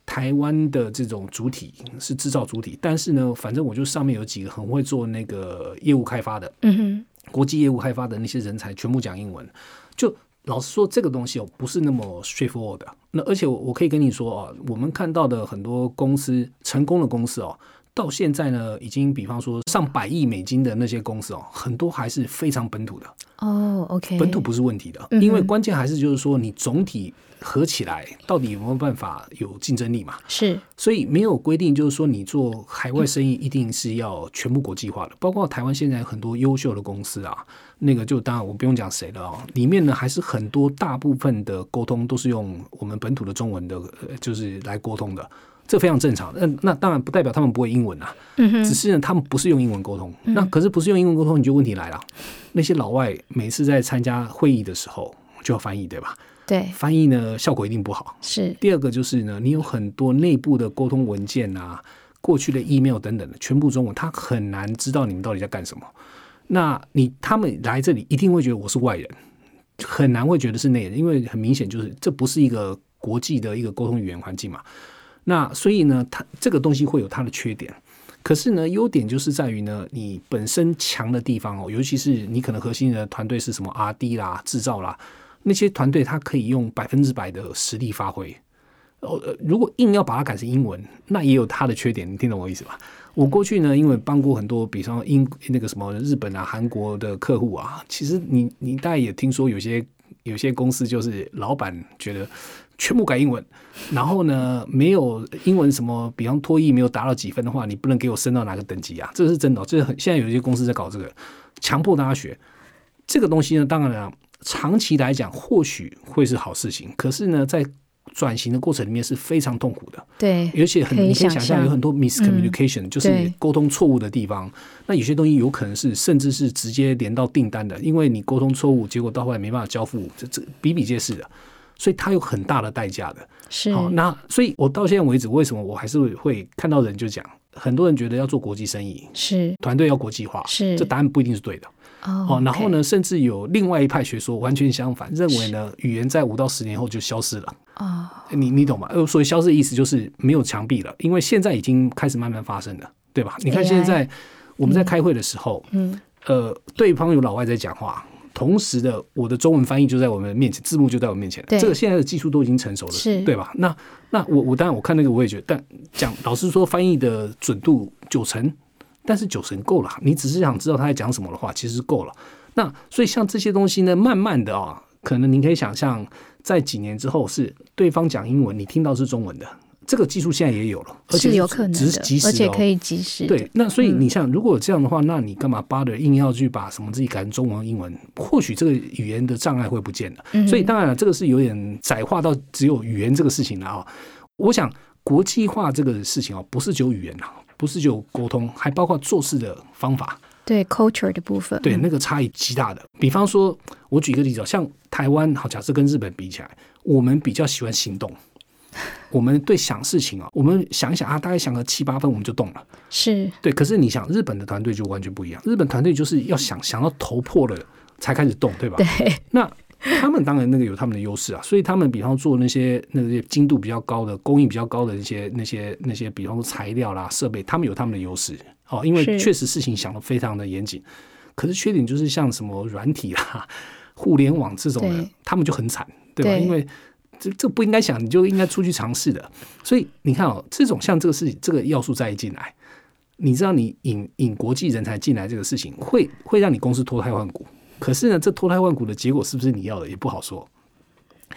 Speaker 1: 台湾的这种主体是制造主体，但是呢，反正我就上面有几个很会做那个业务开发的，
Speaker 2: 嗯哼，
Speaker 1: 国际业务开发的那些人才全部讲英文。就老实说，这个东西哦不是那么 straightforward 的。那而且我我可以跟你说哦，我们看到的很多公司成功的公司哦，到现在呢已经比方说上百亿美金的那些公司哦，很多还是非常本土的，
Speaker 2: 哦，OK，
Speaker 1: 本土不是问题的，
Speaker 2: 嗯哼
Speaker 1: 因为关键还是就是说你总体合起来到底有没有办法有竞争力嘛。
Speaker 2: 是，
Speaker 1: 所以没有规定，就是说你做海外生意一定是要全部国际化的，包括台湾现在很多优秀的公司啊，那个就当然我不用讲谁了哦，里面呢还是很多大部分的沟通都是用我们本土的中文的，呃就是来沟通的，这非常正常。那那当然不代表他们不会英文啊，
Speaker 2: 嗯
Speaker 1: 只
Speaker 2: 哼，嗯
Speaker 1: 是呢他们不是用英文沟通。那可是不是用英文沟通，你就问题来了，那些老外每次在参加会议的时候就要翻译，对吧？
Speaker 2: 对，
Speaker 1: 翻译呢效果一定不好。
Speaker 2: 是，
Speaker 1: 第二个就是呢，你有很多内部的沟通文件啊，过去的 email 等等的，全部中文，他很难知道你们到底在干什么。那你他们来这里一定会觉得我是外人，很难会觉得是内人，因为很明显就是这不是一个国际的一个沟通语言环境嘛。那所以呢，它这个东西会有它的缺点。可是呢，优点就是在于呢，你本身强的地方哦，尤其是你可能核心的团队是什么 R D 啦、制造啦，那些团队它可以用百分之百的实力发挥。哦，呃如果硬要把它改成英文，那也有它的缺点，你听懂我意思吧？我过去呢，因为帮过很多，比方说英那个什么日本啊、韩国的客户啊，其实你你大概也听说有些有些公司就是老板觉得全部改英文，然后呢没有英文什么，比方脱译没有达到几分的话，你不能给我升到哪个等级啊？这是真的哦，这是很现在有一些公司在搞这个，强迫大家学这个东西呢，当然了，长期来讲或许会是好事情，可是呢，在转型的过程里面是非常痛苦的，
Speaker 2: 对，
Speaker 1: 而且很
Speaker 2: 可以
Speaker 1: 你可以
Speaker 2: 想
Speaker 1: 想
Speaker 2: 象嗯
Speaker 1: 象有很多 miscommunication，、就是
Speaker 2: 对
Speaker 1: 沟通错误的地方。那有些东西有可能是甚至是直接连到订单的，因为你沟通错误，结果到后来没办法交付，这这比比皆是的。啊所以它有很大的代价的。
Speaker 2: 是
Speaker 1: 好，那所以我到现在为止，为什么我还是会看到人就讲，很多人觉得要做国际生意，
Speaker 2: 是
Speaker 1: 团队要国际化，
Speaker 2: 是
Speaker 1: 这答案不一定是对的。
Speaker 2: 哦
Speaker 1: 哦，然后
Speaker 2: OK
Speaker 1: 呢，甚至有另外一派学说完全相反，认为呢，语言在五到十年后就消失了。
Speaker 2: 哦，
Speaker 1: 你你懂吗？呃，所以消失的意思就是没有墙壁了，因为现在已经开始慢慢发生了，对吧？你看
Speaker 2: AI
Speaker 1: 现在我们在开会的时候，
Speaker 2: 嗯，
Speaker 1: 呃，对方有老外在讲话，同时的我的中文翻译就在我们面前，字幕就在我面前了，
Speaker 2: 对
Speaker 1: 这个现在的技术都已经成熟了，
Speaker 2: 是
Speaker 1: 对吧？那那我我当然我看那个我也觉得，但讲老实说，翻译的准度九成，但是九成够了，你只是想知道他在讲什么的话，其实够了。那所以像这些东西呢，慢慢的啊、可能你可以想象，在几年之后是对方讲英文，你听到是中文的。这个技术现在也有了，而且
Speaker 2: 是有可能
Speaker 1: 只是
Speaker 2: 的
Speaker 1: 即，时
Speaker 2: 而
Speaker 1: 的
Speaker 2: 且
Speaker 1: 哦
Speaker 2: 可以及时的
Speaker 1: 对，那所以
Speaker 2: 嗯
Speaker 1: 你想，如果这样的话，那你干嘛巴的硬要去把什么自己改成中文、英文？或许这个语言的障碍会不见了。
Speaker 2: 嗯
Speaker 1: 所以当然了，这个是有点窄化到只有语言这个事情了啊、我想国际化这个事情哦，不是只有语言啊，不是只有沟通，还包括做事的方法。
Speaker 2: 对 culture 的部分，
Speaker 1: 对，
Speaker 2: 嗯
Speaker 1: 那个差异极大的。比方说，我举一个例子哦，像台湾，好，假设跟日本比起来，我们比较喜欢行动，我们对想事情啊、我们想一想啊，大概想个七八分，我们就动了。
Speaker 2: 是
Speaker 1: 对，可是你想，日本的团队就完全不一样。日本团队就是要想想要头破了才开始动，对吧？
Speaker 2: 对
Speaker 1: 那他们当然那个有他们的优势啊，所以他们比方做那些那些精度比较高的、工艺比较高的一些那些那些，比方说材料啦、设备，他们有他们的优势哦，因为
Speaker 2: 是
Speaker 1: 确实事情想的非常的严谨。可是缺点就是像什么软体啦、 互联网这种的
Speaker 2: 对，
Speaker 1: 他们就很惨，对吧？
Speaker 2: 对
Speaker 1: 因为这这不应该想，你就应该出去尝试的。所以你看哦，这种像这个事情，这个要素再一进来，你知道你引引国际人才进来这个事情，会会让你公司脱胎换骨。可是呢，这脱胎换骨的结果是不是你要的，也不好说。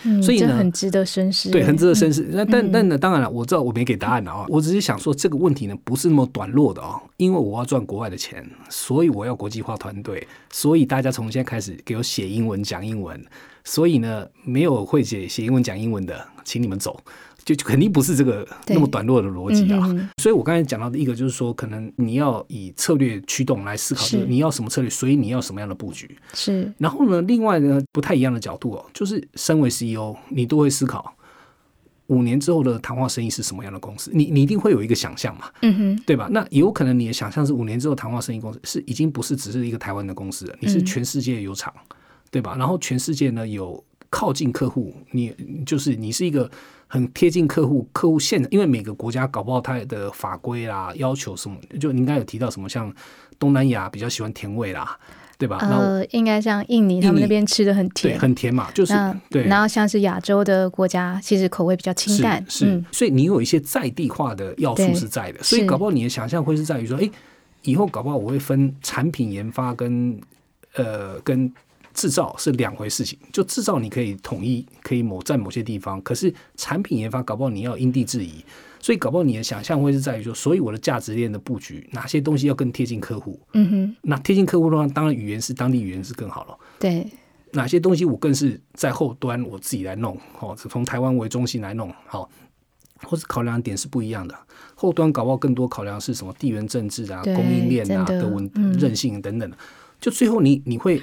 Speaker 2: 嗯
Speaker 1: 所以
Speaker 2: 这
Speaker 1: 呢
Speaker 2: 很值得深思，
Speaker 1: 对，很值得深
Speaker 2: 嗯
Speaker 1: 思。那但但呢，当然了，我知道我没给答案了啊、我只是想说这个问题呢不是那么短络的哦，因为我要赚国外的钱，所以我要国际化团队，所以大家从现在开始给我写英文、讲英文。所以呢，没有会写写英文、讲英文的，请你们走。就就肯定不是这个
Speaker 2: 对
Speaker 1: 那么短络的逻辑啊
Speaker 2: 嗯哼哼，
Speaker 1: 所以我刚才讲到的一个就是说，可能你要以策略驱动来思考，就是
Speaker 2: 是
Speaker 1: 你要什么策略，所以你要什么样的布局。
Speaker 2: 是
Speaker 1: 然后呢，另外呢，不太一样的角度哦，就是身为 CEO，你都会思考五年之后的谈话生意是什么样的公司，你你一定会有一个想象嘛，
Speaker 2: 嗯哼
Speaker 1: 对吧？那有可能你的想象是五年之后谈话生意公司是已经不是只是一个台湾的公司了，你是全世界有厂，对吧？然后全世界呢有靠近客户，你就是你是一个很贴近客户，客户现因为每个国家搞不好它的法规啦、要求什么，就你应该有提到什么，像东南亚比较喜欢甜味啦，对吧？啊那我
Speaker 2: 呃，应该像印尼他
Speaker 1: 印
Speaker 2: 们
Speaker 1: 尼
Speaker 2: 那边吃的很
Speaker 1: 对，
Speaker 2: 甜，
Speaker 1: 很甜嘛，就是
Speaker 2: 那
Speaker 1: 对，
Speaker 2: 然后像是亚洲的国家，其实口味比较清淡，
Speaker 1: 是是、
Speaker 2: 嗯
Speaker 1: 所以你有一些在地化的要素
Speaker 2: 对
Speaker 1: 是在的，所以
Speaker 2: 是
Speaker 1: 搞不好你的想象会是在于说，哎，以后搞不好我会分产品研发跟呃跟制造是两回事情。就制造你可以统一，可以某在某些地方，可是产品研发搞不好你要因地制宜。所以搞不好你的想象会是在于说，所以我的价值链的布局，哪些东西要更贴近客户？
Speaker 2: 嗯哼，
Speaker 1: 那贴近客户的话，当然语言是当地语言是更好了。
Speaker 2: 对，
Speaker 1: 哪些东西我更是在后端我自己来弄，好、哦，从台湾为中心来弄，好、或是考量点是不一样的。后端搞不好更多考量是什么地缘政治啊、
Speaker 2: 对
Speaker 1: 供应链啊
Speaker 2: 真的
Speaker 1: 的稳
Speaker 2: 嗯
Speaker 1: 韧性等等的。就最后你你会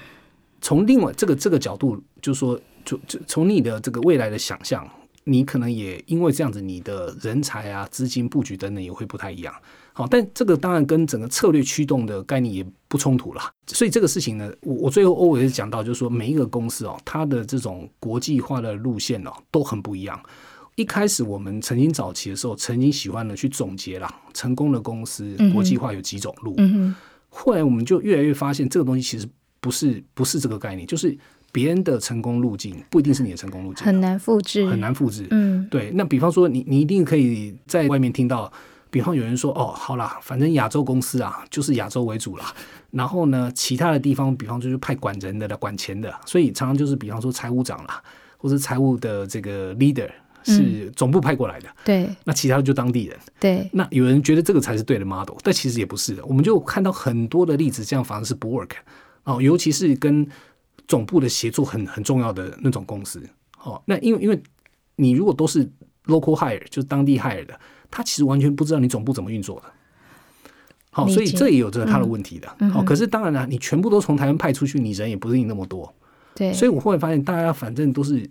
Speaker 1: 从另外这个这个角度，就说就就从你的这个未来的想象，你可能也因为这样子，你的人才啊、资金布局等等也会不太一样。好，但这个当然跟整个策略驱动的概念也不冲突啦。所以这个事情呢，我我最后欧也是讲到，就是说每一个公司哦，它的这种国际化的路线哦，都很不一样。一开始我们曾经早期的时候，曾经喜欢的去总结啦，成功的公司
Speaker 2: 嗯哼
Speaker 1: 国际化有几种路。
Speaker 2: 嗯
Speaker 1: 后来我们就越来越发现，这个东西其实不是不是这个概念，就是别人的成功路径不一定是你的成功路
Speaker 2: 哼，
Speaker 1: 径，
Speaker 2: 很难复制，
Speaker 1: 很，难复制。
Speaker 2: 嗯，
Speaker 1: 对，那比方说你你一定可以在外面听到，比方有人说哦，好啦，反正亚洲公司啊就是亚洲为主啦，然后呢，其他的地方比方就是派管人的啦、管钱的，所以常常就是比方说财务长啦，或者财务的这个 leader 是总部派过来的，
Speaker 2: 对
Speaker 1: 那其他的就当地人。
Speaker 2: 对，
Speaker 1: 那有人觉得这个才是对的 model，但其实也不是的。我们就看到很多的例子，这样反而是不 work 哦，尤其是跟总部的协作很很重要的那种公司哦。那因为因为你如果都是 local hire，就是当地 hire 的，他其实完全不知道你总部怎么运作的。好、
Speaker 2: 理解嗯
Speaker 1: 所以这也有着它的问题的。好、可是当然了、你全部都从台湾派出去，你人也不是你那么多，
Speaker 2: 对，
Speaker 1: 所以我后来发现，大家反正都是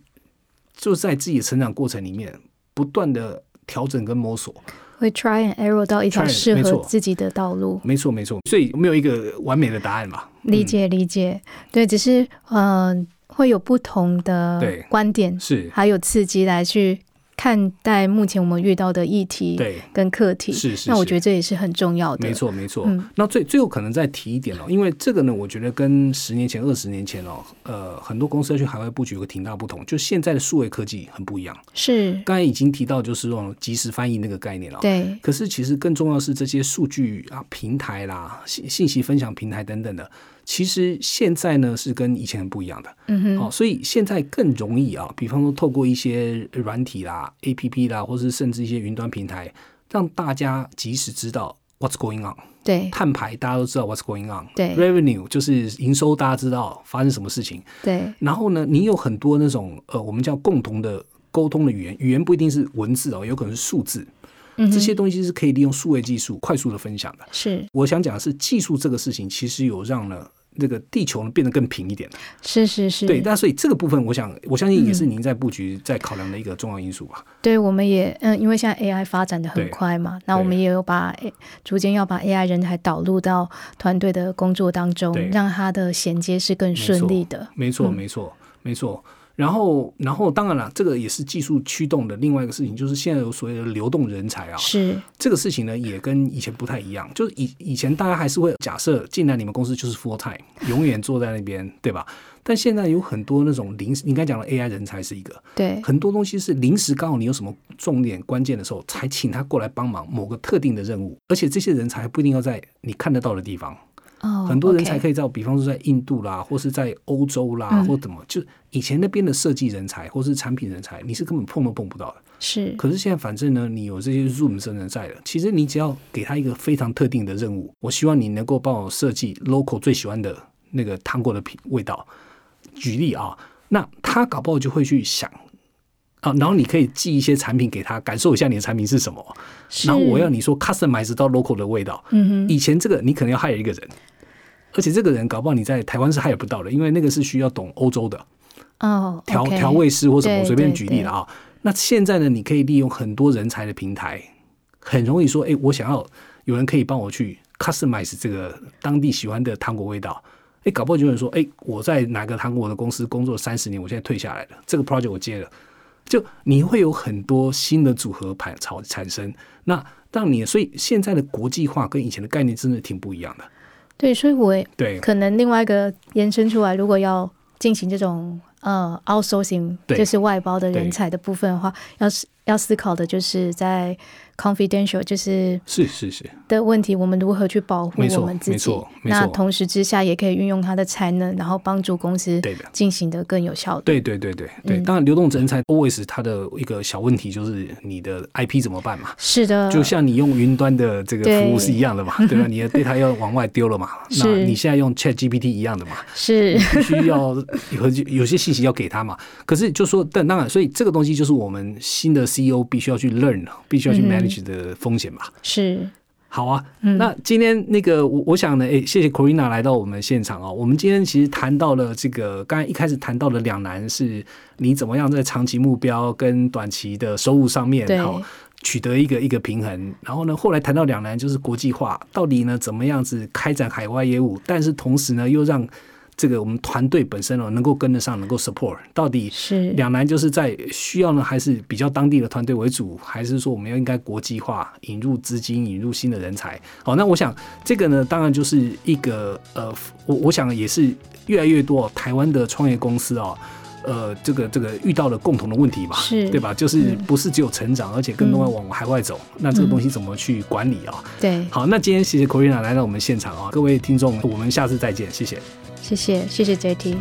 Speaker 1: 就在自己的成长过程里面不断的调整跟摸索。
Speaker 2: 会 try and error 到一条
Speaker 1: Try and-
Speaker 2: 适
Speaker 1: 没
Speaker 2: 合
Speaker 1: 错
Speaker 2: 自己的道路。
Speaker 1: 没错，没错，所以没有一个完美的答案嘛。
Speaker 2: 理解理解，对，只是嗯、呃，会有不同的
Speaker 1: 对
Speaker 2: 观点，
Speaker 1: 是，
Speaker 2: 还有刺激来去看待目前我们遇到的议题
Speaker 1: 对，
Speaker 2: 跟课题。
Speaker 1: 是是
Speaker 2: 那我
Speaker 1: 是
Speaker 2: 觉得这也是很重要的。
Speaker 1: 没，错，没错。
Speaker 2: 嗯
Speaker 1: 那最最后可能再提一点哦，因为这个呢，我觉得跟十年前、二十年前哦，呃，很多公司要去海外布局有个挺大不同，就现在的数位科技很不一样。
Speaker 2: 是，
Speaker 1: 刚才已经提到就是用即时翻译那个概念了、哦。
Speaker 2: 对，
Speaker 1: 可是其实更重要的是这些数据啊、平台啦、信信息分享平台等等的，其实现在呢是跟以前很不一样的。
Speaker 2: 嗯哼，
Speaker 1: 好、哦所以现在更容易啊，比方说透过一些软体啦、APP 啦，或是甚至一些云端平台，让大家及时知道 what's going on。
Speaker 2: 对
Speaker 1: 碳排大家都知道 what's going on。
Speaker 2: 对
Speaker 1: Revenue 就是营收，大家知道发生什么事情。
Speaker 2: 对，
Speaker 1: 然后呢，你有很多那种呃，我们叫共同的沟通的语言，语言不一定是文字哦，有可能是数字。
Speaker 2: 嗯
Speaker 1: 这
Speaker 2: 哼，
Speaker 1: 些东西是可以利用数位技术快速的分享的。
Speaker 2: 是
Speaker 1: 我想讲的是，技术这个事情其实有让呢这个地球呢变得更平一点。
Speaker 2: 是是是，
Speaker 1: 对，那所以这个部分，我想我相信
Speaker 2: 嗯
Speaker 1: 也是您在布局、在考量的一个重要因素吧。
Speaker 2: 对，我们也嗯，因为现在 AI 发展的很
Speaker 1: 对
Speaker 2: 快嘛，那我
Speaker 1: 对啊
Speaker 2: 们也有把诶逐渐要把 AI 人才导入到团队的工作当中
Speaker 1: 对，
Speaker 2: 让它的衔接是更顺利的。
Speaker 1: 没错，
Speaker 2: 嗯
Speaker 1: 没错，没错。然后，然后当然了，这个也是技术驱动的另外一个事情，就是现在有所谓的流动人才啊，
Speaker 2: 是
Speaker 1: 这个事情呢也跟以前不太一样。就是以以前大家还是会假设进来你们公司就是 full time，永远坐在那边，对吧？但现在有很多那种临时，你刚才讲的 AI 人才是一个，
Speaker 2: 对，
Speaker 1: 很多东西是临时刚好你有什么重点关键的时候，才请他过来帮忙某个特定的任务，而且这些人才不一定要在你看得到的地方，
Speaker 2: 哦，
Speaker 1: 很多人才可
Speaker 2: 以
Speaker 1: 以在，比方说在印度啦，或是在欧洲啦，
Speaker 2: 嗯
Speaker 1: 或怎么，就以前那边的设计人才或是产品人才，你是根本碰都碰不到的。
Speaker 2: 是
Speaker 1: 可是现在反正呢，你有这些 Zoom 真人在的，其实你只要给他一个非常特定的任务，我希望你能够帮我设计 local 最喜欢的那个糖果的品味道。举例啊，那他搞不好就会去想啊，然后你可以寄一些产品给他，感受一下你的产品是什么。
Speaker 2: 是，
Speaker 1: 然后我要你说 customize 到 local 的味道。
Speaker 2: 嗯哼，
Speaker 1: 以前这个你可能要 hire 一个人，而且这个人搞不好你在台湾是 hire 不到的，因为那个是需要懂欧洲的。
Speaker 2: 哦，
Speaker 1: 调
Speaker 2: OK
Speaker 1: 调味师或什么，
Speaker 2: 对
Speaker 1: 我随便
Speaker 2: 对
Speaker 1: 举例了啊。那现在呢，你可以利用很多人才的平台，很容易说，哎、我想要有人可以帮我去 customize 这个当地喜欢的糖果味道。哎、搞不好就有人说，哎、我在哪个糖果的公司工作三十年，我现在退下来了，这个 project 我接了，就你会有很多新的组合盘产产生。那让你，所以现在的国际化跟以前的概念真的挺不一样的。
Speaker 2: 对，所以我也
Speaker 1: 对，
Speaker 2: 可能另外一个延伸出来，如果要进行这种呃 outsourcing，
Speaker 1: 对
Speaker 2: 就是外包的
Speaker 1: 对
Speaker 2: 人才的部分的话，要思要思考的就是在 confidential，就是
Speaker 1: 是是是，
Speaker 2: 的问题，我们如何去保护
Speaker 1: 没错
Speaker 2: 我们自
Speaker 1: 没
Speaker 2: 己
Speaker 1: 错？没错
Speaker 2: 那同时之下，也可以运用他的才能，然后帮助公司
Speaker 1: 对的。
Speaker 2: 进行的更有效率。
Speaker 1: 对对对对对，
Speaker 2: 嗯
Speaker 1: 当然流动人才 always 它的一个小问题就是你的 IP 怎么办嘛？
Speaker 2: 是的，
Speaker 1: 就像你用云端的这个
Speaker 2: 嗯对
Speaker 1: 服务是一样的 嘛，对吧？你的 data 要往外丢了嘛，那
Speaker 2: 是
Speaker 1: 你现在用 Chat GPT 一样的 嘛，
Speaker 2: 是
Speaker 1: 必须要有有些信息要给他嘛。可是就说，但当然，所以这个东西就是我们新的 CEO 必须要去 learn，必须要去
Speaker 2: 嗯
Speaker 1: manage 的风险嘛。
Speaker 2: 是，
Speaker 1: 好啊，
Speaker 2: 嗯
Speaker 1: 那今天那个我我想呢，诶，谢谢 Corina 来到我们现场哦。我们今天其实谈到了这个，刚才一开始谈到的两难是，你怎么样在长期目标跟短期的收入上面
Speaker 2: 对，
Speaker 1: 好取得一个一个平衡。然后呢，后来谈到两难就是国际化，到底呢怎么样子开展海外业务，但是同时呢又让这个我们团队本身哦能够跟得上，能够 support，到底
Speaker 2: 是
Speaker 1: 两难就是在需要呢，还是比较当地的团队为主，还是说我们要应该国际化，引入资金，引入新的人才？好，那我想这个呢，当然就是一个呃，我我想也是越来越多台湾的创业公司啊、呃，这个这个遇到了共同的问题吧，
Speaker 2: 是
Speaker 1: 对吧？就是
Speaker 2: 嗯
Speaker 1: 不是只有成长，而且更多要
Speaker 2: 嗯
Speaker 1: 往海外走，那这个东西怎么去管理啊、
Speaker 2: 对，
Speaker 1: 好，那今天谢谢 Corina 哦来到我们现场啊、各位听众，我们下次再见，谢谢。
Speaker 2: 谢谢，谢谢 JT。